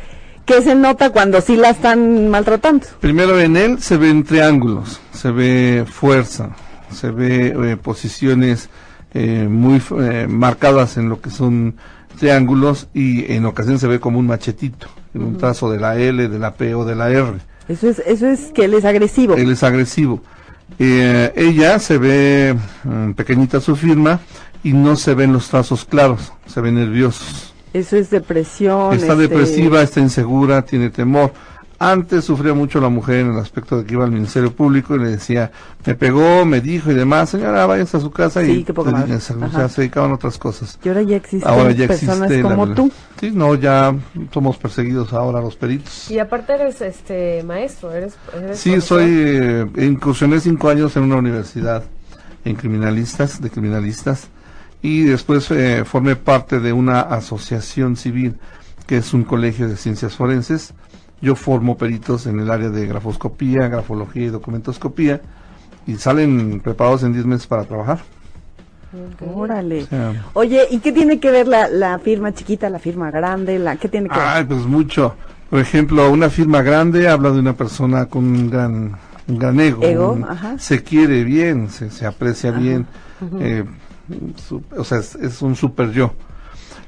F: ¿qué se nota cuando sí la están maltratando?
J: Primero en él se ven triángulos, se ve fuerza, se ve eh, posiciones eh, muy f- eh, marcadas en lo que son triángulos y en ocasión se ve como un machetito, en un trazo de la L, de la P o de la R.
F: Eso es, eso es que él es agresivo.
J: Él es agresivo. Eh, ella se ve mm, pequeñita su firma y no se ven los trazos claros, se ven nerviosos.
F: Eso es depresión.
J: Está
F: este,
J: depresiva, está insegura, tiene temor. Antes sufría mucho la mujer en el aspecto de que iba al Ministerio Público y le decía, me pegó, me dijo y demás, señora, váyase a su casa
F: Sí,
J: y
F: qué poca
J: se-
F: madre.
J: se,
F: Ajá.
J: se dedicaban a otras cosas.
F: Y ahora ya existen
J: ahora ya
F: personas
J: existe la
F: como
J: violencia.
F: tú.
J: Sí, no, ya somos perseguidos ahora los peritos.
E: Y aparte eres este maestro, eres, eres
J: Sí,
E: profesor.
J: soy, eh, incursioné cinco años en una universidad en criminalistas, de criminalistas, y después eh, formé parte de una asociación civil que es un colegio de ciencias forenses. Yo formo peritos en el área de grafoscopía, grafología y documentoscopía, y salen preparados en 10 meses para trabajar.
F: Órale.
J: O sea,
F: Oye, ¿y qué tiene que ver la, la firma chiquita, la firma grande? la ¿Qué tiene que ver?
J: Ay, pues mucho. Por ejemplo, una firma grande habla de una persona con un gran, un gran ego.
F: Ego,
J: un-
F: ajá.
J: Mm, Se quiere bien, se, se aprecia bien. eh, su- o sea, es, es un super yo.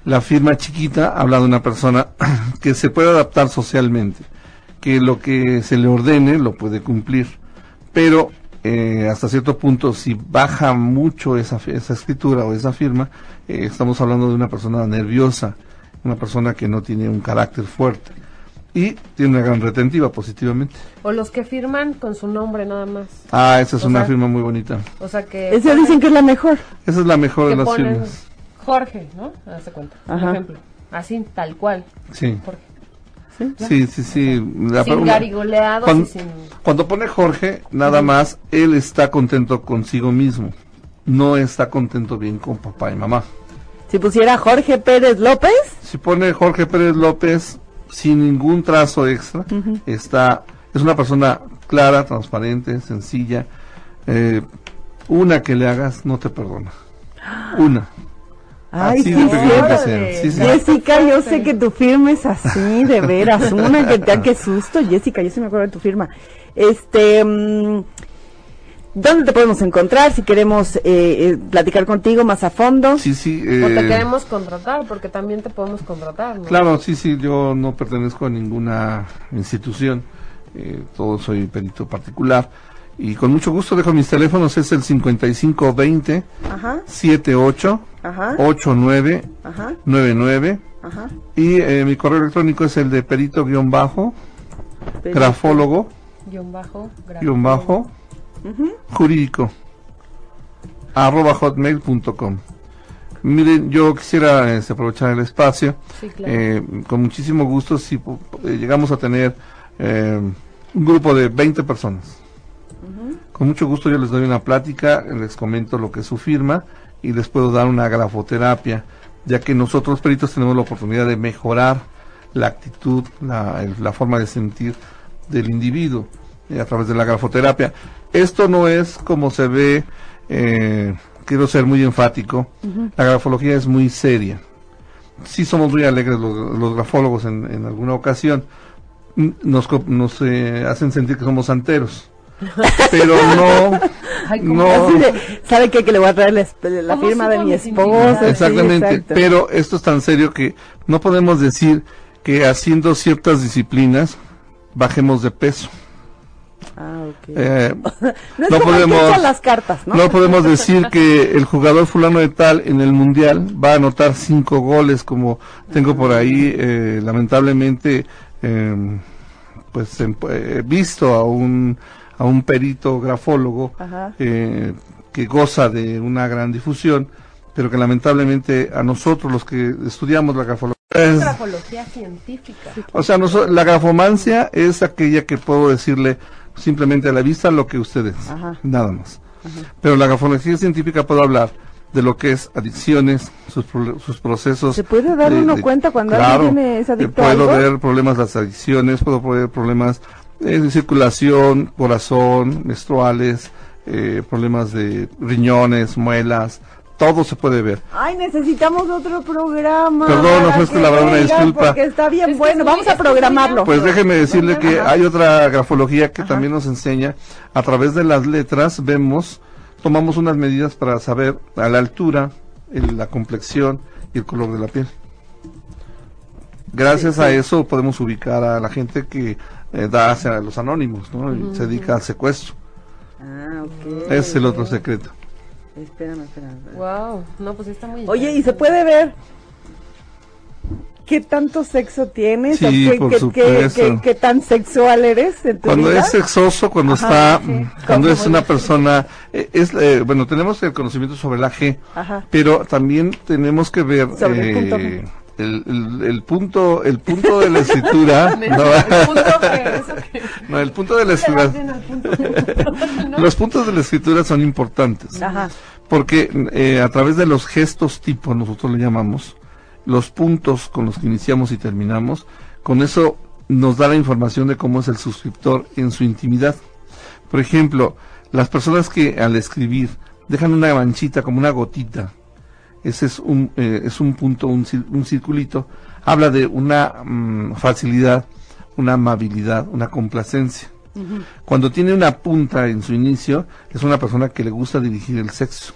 J: La firma chiquita habla de una persona que se puede adaptar socialmente, que lo que se le ordene lo puede cumplir. Pero eh, hasta cierto punto, si baja mucho esa, fi- esa escritura o esa firma, eh, estamos hablando de una persona nerviosa, una persona que no tiene un carácter fuerte y tiene una gran retentiva positivamente.
E: O los que firman con su nombre nada más.
J: Ah, esa es
E: O
J: una
E: sea-
J: firma muy bonita.
E: O sea que.
F: Eso dicen que es la mejor.
J: Esa es la
E: que
J: mejor de las
E: ponen
J: firmas.
E: Jorge, ¿no? Hazte cuenta. Por
F: Ajá.
E: ejemplo. Así, tal cual.
J: Sí.
E: Jorge.
J: Sí, sí, sí. La
E: sin
J: pregunta-
E: garigoleados
J: cuando,
E: y sin...
J: cuando pone Jorge, nada más, él está contento consigo mismo. No está contento bien con papá y mamá.
F: Si pusiera Jorge Pérez López,
J: Si pone Jorge Pérez López sin ningún trazo extra, está es una persona clara, transparente, sencilla. eh, una que le hagas no te perdona. Una.
F: Ay,
J: Así
F: sí,
J: de pequeño que
F: órale.
J: sea. Sí, sí.
F: Jessica, yo sé que tu firma es así, de veras, una que te qué susto, Jessica, yo sí me acuerdo de tu firma. Este, mm, ¿dónde te podemos encontrar si queremos eh, eh, platicar contigo más a fondo?
J: Sí, sí,
E: O Pues te
J: eh,
E: queremos contratar, porque también te podemos contratar, ¿no?
J: Claro, sí, sí, yo no pertenezco a ninguna institución, eh, todo soy perito particular. Y con mucho gusto dejo mis teléfonos, es el 5520
F: Ajá,
J: 78
F: ajá,
J: 89
F: ajá,
J: 99
F: ajá.
J: y eh, mi correo electrónico es el de perito-bajo,
F: Pero-
J: grafólogo,
E: Guión bajo, grafólogo.
J: guión bajo, jurídico, arroba hotmail.com. Miren, yo quisiera este, aprovechar el espacio.
E: Sí, claro.
J: Eh, con muchísimo gusto si pu- eh, llegamos a tener eh, un grupo de 20 personas. Con mucho gusto yo les doy una plática, les comento lo que es su firma y les puedo dar una grafoterapia, ya que nosotros peritos tenemos la oportunidad de mejorar la actitud, la, el- la forma de sentir del individuo eh, a través de la grafoterapia. Esto no es como se ve, eh, quiero ser muy enfático, la grafología es muy seria sí somos muy alegres los, los grafólogos en, en alguna ocasión. N- Nos, co- nos eh, hacen sentir que somos santeros. Pero no.
E: Ay, ¿cómo
J: no
F: Así de, ¿Sabe qué? Que le voy a traer la, esp- la
E: ¿Cómo
F: firma de
E: supo
F: mi
E: mis
F: esposa.
E: intimidades?
F: Oh, sí,
J: exactamente.
F: exacto.
J: Pero esto es tan serio que no podemos decir que haciendo ciertas disciplinas bajemos de peso.
F: Ah, ok.
J: Eh,
F: no es
J: no
F: como el que
J: podemos-
F: echa las cartas, ¿no?
J: No podemos decir que el jugador fulano de tal en el mundial va a anotar cinco goles, como tengo por ahí eh, lamentablemente eh, pues em- eh, visto a un a un perito grafólogo
F: Ajá.
J: eh, que goza de una gran difusión, pero que lamentablemente a nosotros los que estudiamos la grafología es-
E: Grafología científica.
J: o sea, noso- la grafomancia es aquella que puedo decirle simplemente a la vista lo que ustedes,
F: Ajá.
J: nada más. Pero la grafología científica puedo hablar de lo que es adicciones, sus, pro- sus procesos.
F: ¿Se puede dar uno cuenta cuando alguien tiene- es
J: eh,
F: adicto a
J: Puedo
F: algo?
J: ver problemas de las adicciones, puedo ver problemas eh, de circulación, corazón, menstruales, eh, problemas de riñones, muelas, todo se puede ver.
F: Ay, necesitamos otro programa.
J: Perdón,
F: para
J: ofrezco
F: que
J: la verdad una
F: vengan,
J: disculpa.
F: Porque está
E: Es que
F: bien
E: es
F: bueno.
E: muy- es
F: Vamos a
E: que es muy
F: programarle.
E: amplio.
J: Pues déjeme decirle que
F: Ajá.
J: hay otra grafología que también nos enseña a través de las letras vemos, tomamos unas medidas para saber a la altura, el- la complexión y el color de la piel. Gracias a eso podemos ubicar a la gente que eh, da hacia los anónimos, ¿no? Y se dedica al secuestro.
F: Ah, ok.
J: Es el otro secreto.
F: Espérame, espérame.
E: Wow. No, pues sí está muy
F: Oye, ¿y
E: interesante.
F: se puede ver qué tanto sexo tienes?
J: Sí,
F: ¿O qué,
J: por
F: qué- qué-
J: supuesto.
F: qué- qué tan sexual eres en tu
J: Cuando
F: vida?
J: es sexoso, cuando
F: Ajá,
J: está,
F: sí.
J: cuando
F: Como
J: es una persona, eh, es eh, bueno, tenemos el conocimiento sobre la G,
F: Ajá.
J: pero también tenemos que ver
F: Sobre el punto
J: eh,
F: G.
J: el, el- el punto el punto de la escritura
E: El
J: no,
E: punto G, eso que-
J: no, el punto de la escritura los puntos de la escritura son importantes
F: Ajá.
J: porque eh, a través de los gestos tipo nosotros le llamamos los puntos con los que iniciamos y terminamos con eso nos da la información de cómo es el suscriptor en su intimidad por ejemplo las personas que al escribir dejan una manchita como una gotita ese es un, eh, es un punto, un, cir- un circulito, habla de una mm, facilidad, una amabilidad, una complacencia. Cuando tiene una punta en su inicio, es una persona que le gusta dirigir el sexo,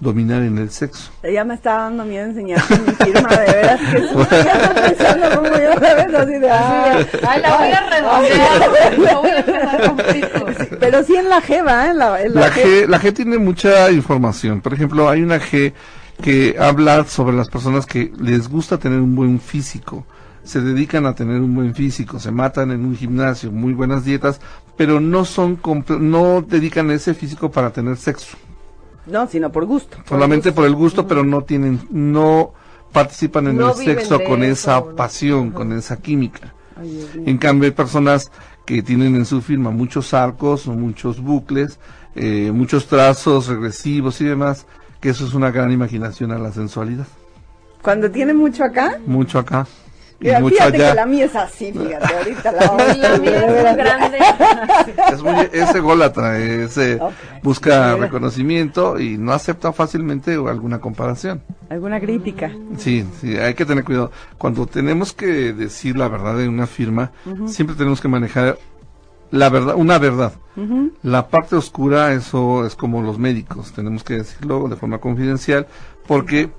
J: dominar en el sexo.
F: Ya me está dando miedo enseñarte mi firma, de veras que sí. Ya estoy pensando como yo, ¿sabes? Así de, ah.
E: Ay, la voy a redondear. No voy a empezar con pico.
F: Pero sí en la G, ¿va? En la, en la
J: La G, la G tiene mucha información. Por ejemplo, hay una G que habla sobre las personas que les gusta tener un buen físico, se dedican a tener un buen físico, se matan en un gimnasio, muy buenas dietas, pero no son compl- no dedican ese físico para tener sexo,
F: No, sino por gusto.
J: solamente por el gusto, pero no tienen no participan en
E: No
J: el
E: viven
J: sexo
E: de
J: con
E: eso,
J: esa
E: ¿no?
J: pasión, con esa química.
F: Ay, Dios mío.
J: En cambio, hay personas que tienen en su firma muchos arcos, o muchos bucles, eh, muchos trazos regresivos y demás, que eso es una gran imaginación a la sensualidad.
F: Cuando tiene mucho acá,
J: Mucho acá y
F: mira,
J: mucho
F: fíjate
J: allá.
F: que la mía es así, fíjate, ahorita la vamos
E: La
F: a
E: mía es muy grande.
J: Es muy es ególatra, ese
F: Ok.
J: busca reconocimiento y no acepta fácilmente alguna comparación.
F: Alguna crítica.
J: Sí, sí, hay que tener cuidado. Cuando tenemos que decir la verdad en una firma, siempre tenemos que manejar la verdad, una verdad. La parte oscura, eso es como los médicos, tenemos que decirlo de forma confidencial, porque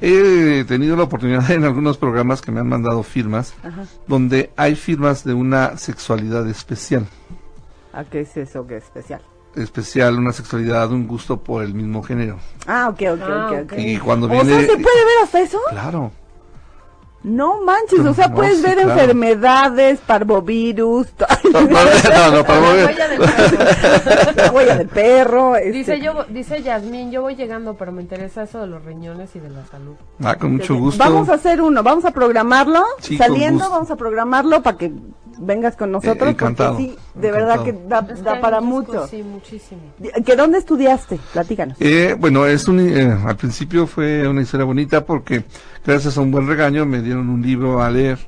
J: he tenido la oportunidad en algunos programas que me han mandado firmas, donde hay firmas de una sexualidad especial
F: ¿A qué es eso que es especial?
J: especial, una sexualidad, un gusto por el mismo género.
F: Ah, ok, ok,
E: Ah,
F: ok, ok.
E: ok.
J: Y cuando
F: O
J: viene...
F: sea, ¿se puede ver hasta eso?
J: Claro.
F: No manches, o sea,
J: No,
F: puedes
J: sí,
F: ver
J: claro.
F: enfermedades, parvovirus, to-
J: No, no, no, para
E: La
J: mover.
E: huella del perro.
F: la huella de perro. este,
E: Dice yo, dice Yasmín, yo voy llegando, pero me interesa eso de los riñones y de la salud.
J: Ah, con mucho gusto.
F: Vamos a hacer uno, vamos a programarlo,
J: Sí, con
F: saliendo
J: gusto. Eh,
F: vamos a programarlo para que vengas con nosotros,
J: encantado,
F: porque sí, de verdad que da,
E: Es que
F: da
E: hay
F: para
E: muchas
F: mucho.
E: cosas, Sí, muchísimo.
F: ¿Que dónde estudiaste? Platícanos.
J: Eh, bueno, es un, eh, al principio fue una historia bonita porque gracias a un buen regaño me dieron un libro a leer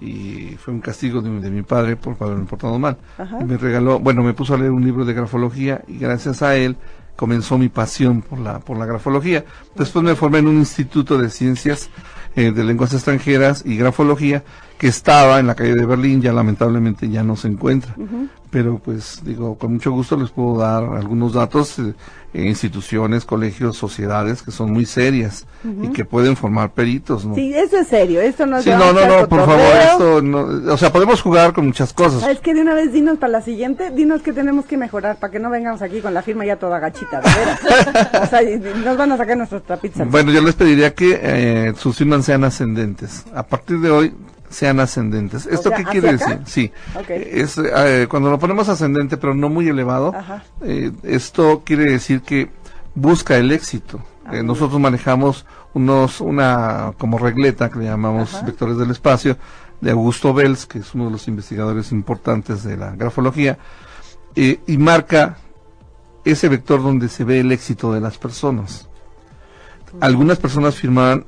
J: y fue un castigo de, mi- de mi padre por haberme portado mal.
F: Ajá.
J: Y Me regaló, bueno, me puso a leer un libro de grafología y gracias a él comenzó mi pasión por la, por la grafología. Después me formé en un instituto de ciencias eh, de lenguas extranjeras y grafología que estaba en la calle de Berlín, ya lamentablemente ya no se encuentra. Pero pues digo, con mucho gusto les puedo dar algunos datos, eh, eh, instituciones, colegios, sociedades que son muy serias y que pueden formar peritos, ¿no?
F: Sí, eso es serio, esto no es
J: Sí,
F: nada
J: no,
F: más
J: no, no,
F: al
J: por
F: cotorreo.
J: favor, esto no, o sea, podemos jugar con muchas cosas.
F: ¿Sabes qué? De una vez dinos para la siguiente, dinos qué tenemos que mejorar para que no vengamos aquí con la firma ya toda gachita, de veras. o sea, y- y nos van a sacar nuestros trapitos. al-
J: Bueno, yo les pediría que eh, sus firmas sean ascendentes. A partir de hoy sean ascendentes. ¿Esto
F: sea,
J: qué
F: ¿hacia
J: quiere
F: acá?
J: decir? Sí.
F: Ok.
J: Es, eh, cuando lo ponemos ascendente, pero no muy elevado,
F: Ajá.
J: eh, esto quiere decir que busca el éxito.
F: Ah,
J: Eh, nosotros manejamos unos una como regleta que le llamamos vectores del espacio de Augusto Bells, que es uno de los investigadores importantes de la grafología, eh, y marca ese vector donde se ve el éxito de las personas. Algunas personas firmaban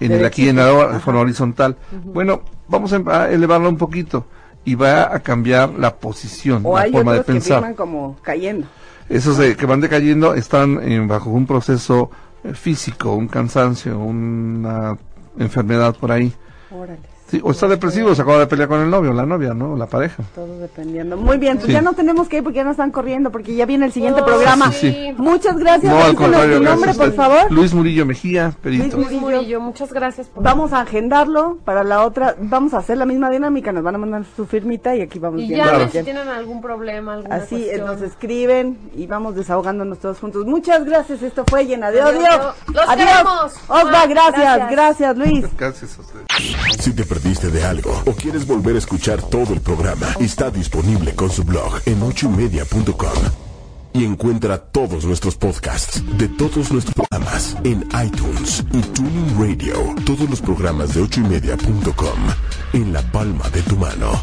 J: en el aquí y en la ahora de forma horizontal. Bueno, vamos a a elevarlo un poquito y va a cambiar la posición,
F: o
J: la
F: hay
J: forma de
F: otros que
J: pensar.
F: firman como cayendo.
J: Esos de- que van decayendo están eh, bajo un proceso eh, físico, un cansancio, una enfermedad por ahí.
F: Órale.
J: Sí, o está depresivo, se acaba de pelear con el novio, la novia, ¿no? La pareja.
F: Todo dependiendo. Muy bien, pues
J: Sí.
F: ya no tenemos que ir porque ya nos están corriendo, porque ya viene el siguiente
E: Oh,
F: programa.
J: sí,
E: sí.
F: Muchas gracias.
J: no, al
F: Repítenos
J: contrario,
F: tu nombre,
J: gracias a
F: por
J: usted.
F: favor.
J: Luis Murillo Mejía, perito.
F: Luis
E: Luis Murillo, muchas gracias por
F: Vamos a agendarlo para la otra. Vamos a hacer la misma dinámica. Nos van a mandar su firmita y aquí vamos
E: Y
F: viendo.
E: llamen
J: Claro.
E: si tienen algún problema, alguna
F: Así eh,
E: cuestión.
F: nos escriben y vamos desahogándonos todos juntos. Muchas gracias. Esto fue llena de
E: Adiós,
F: odio.
E: yo- los queremos.
F: Osva,
E: Ah,
F: gracias.
E: gracias.
F: Gracias, Luis.
J: Gracias a usted.
A: Si te perdiste de algo o quieres volver a escuchar todo el programa, está disponible con su blog en ochoymedia.com. Y encuentra todos nuestros podcasts de todos nuestros programas en iTunes y Tuning Radio. Todos los programas de ochoymedia.com en la palma de tu mano.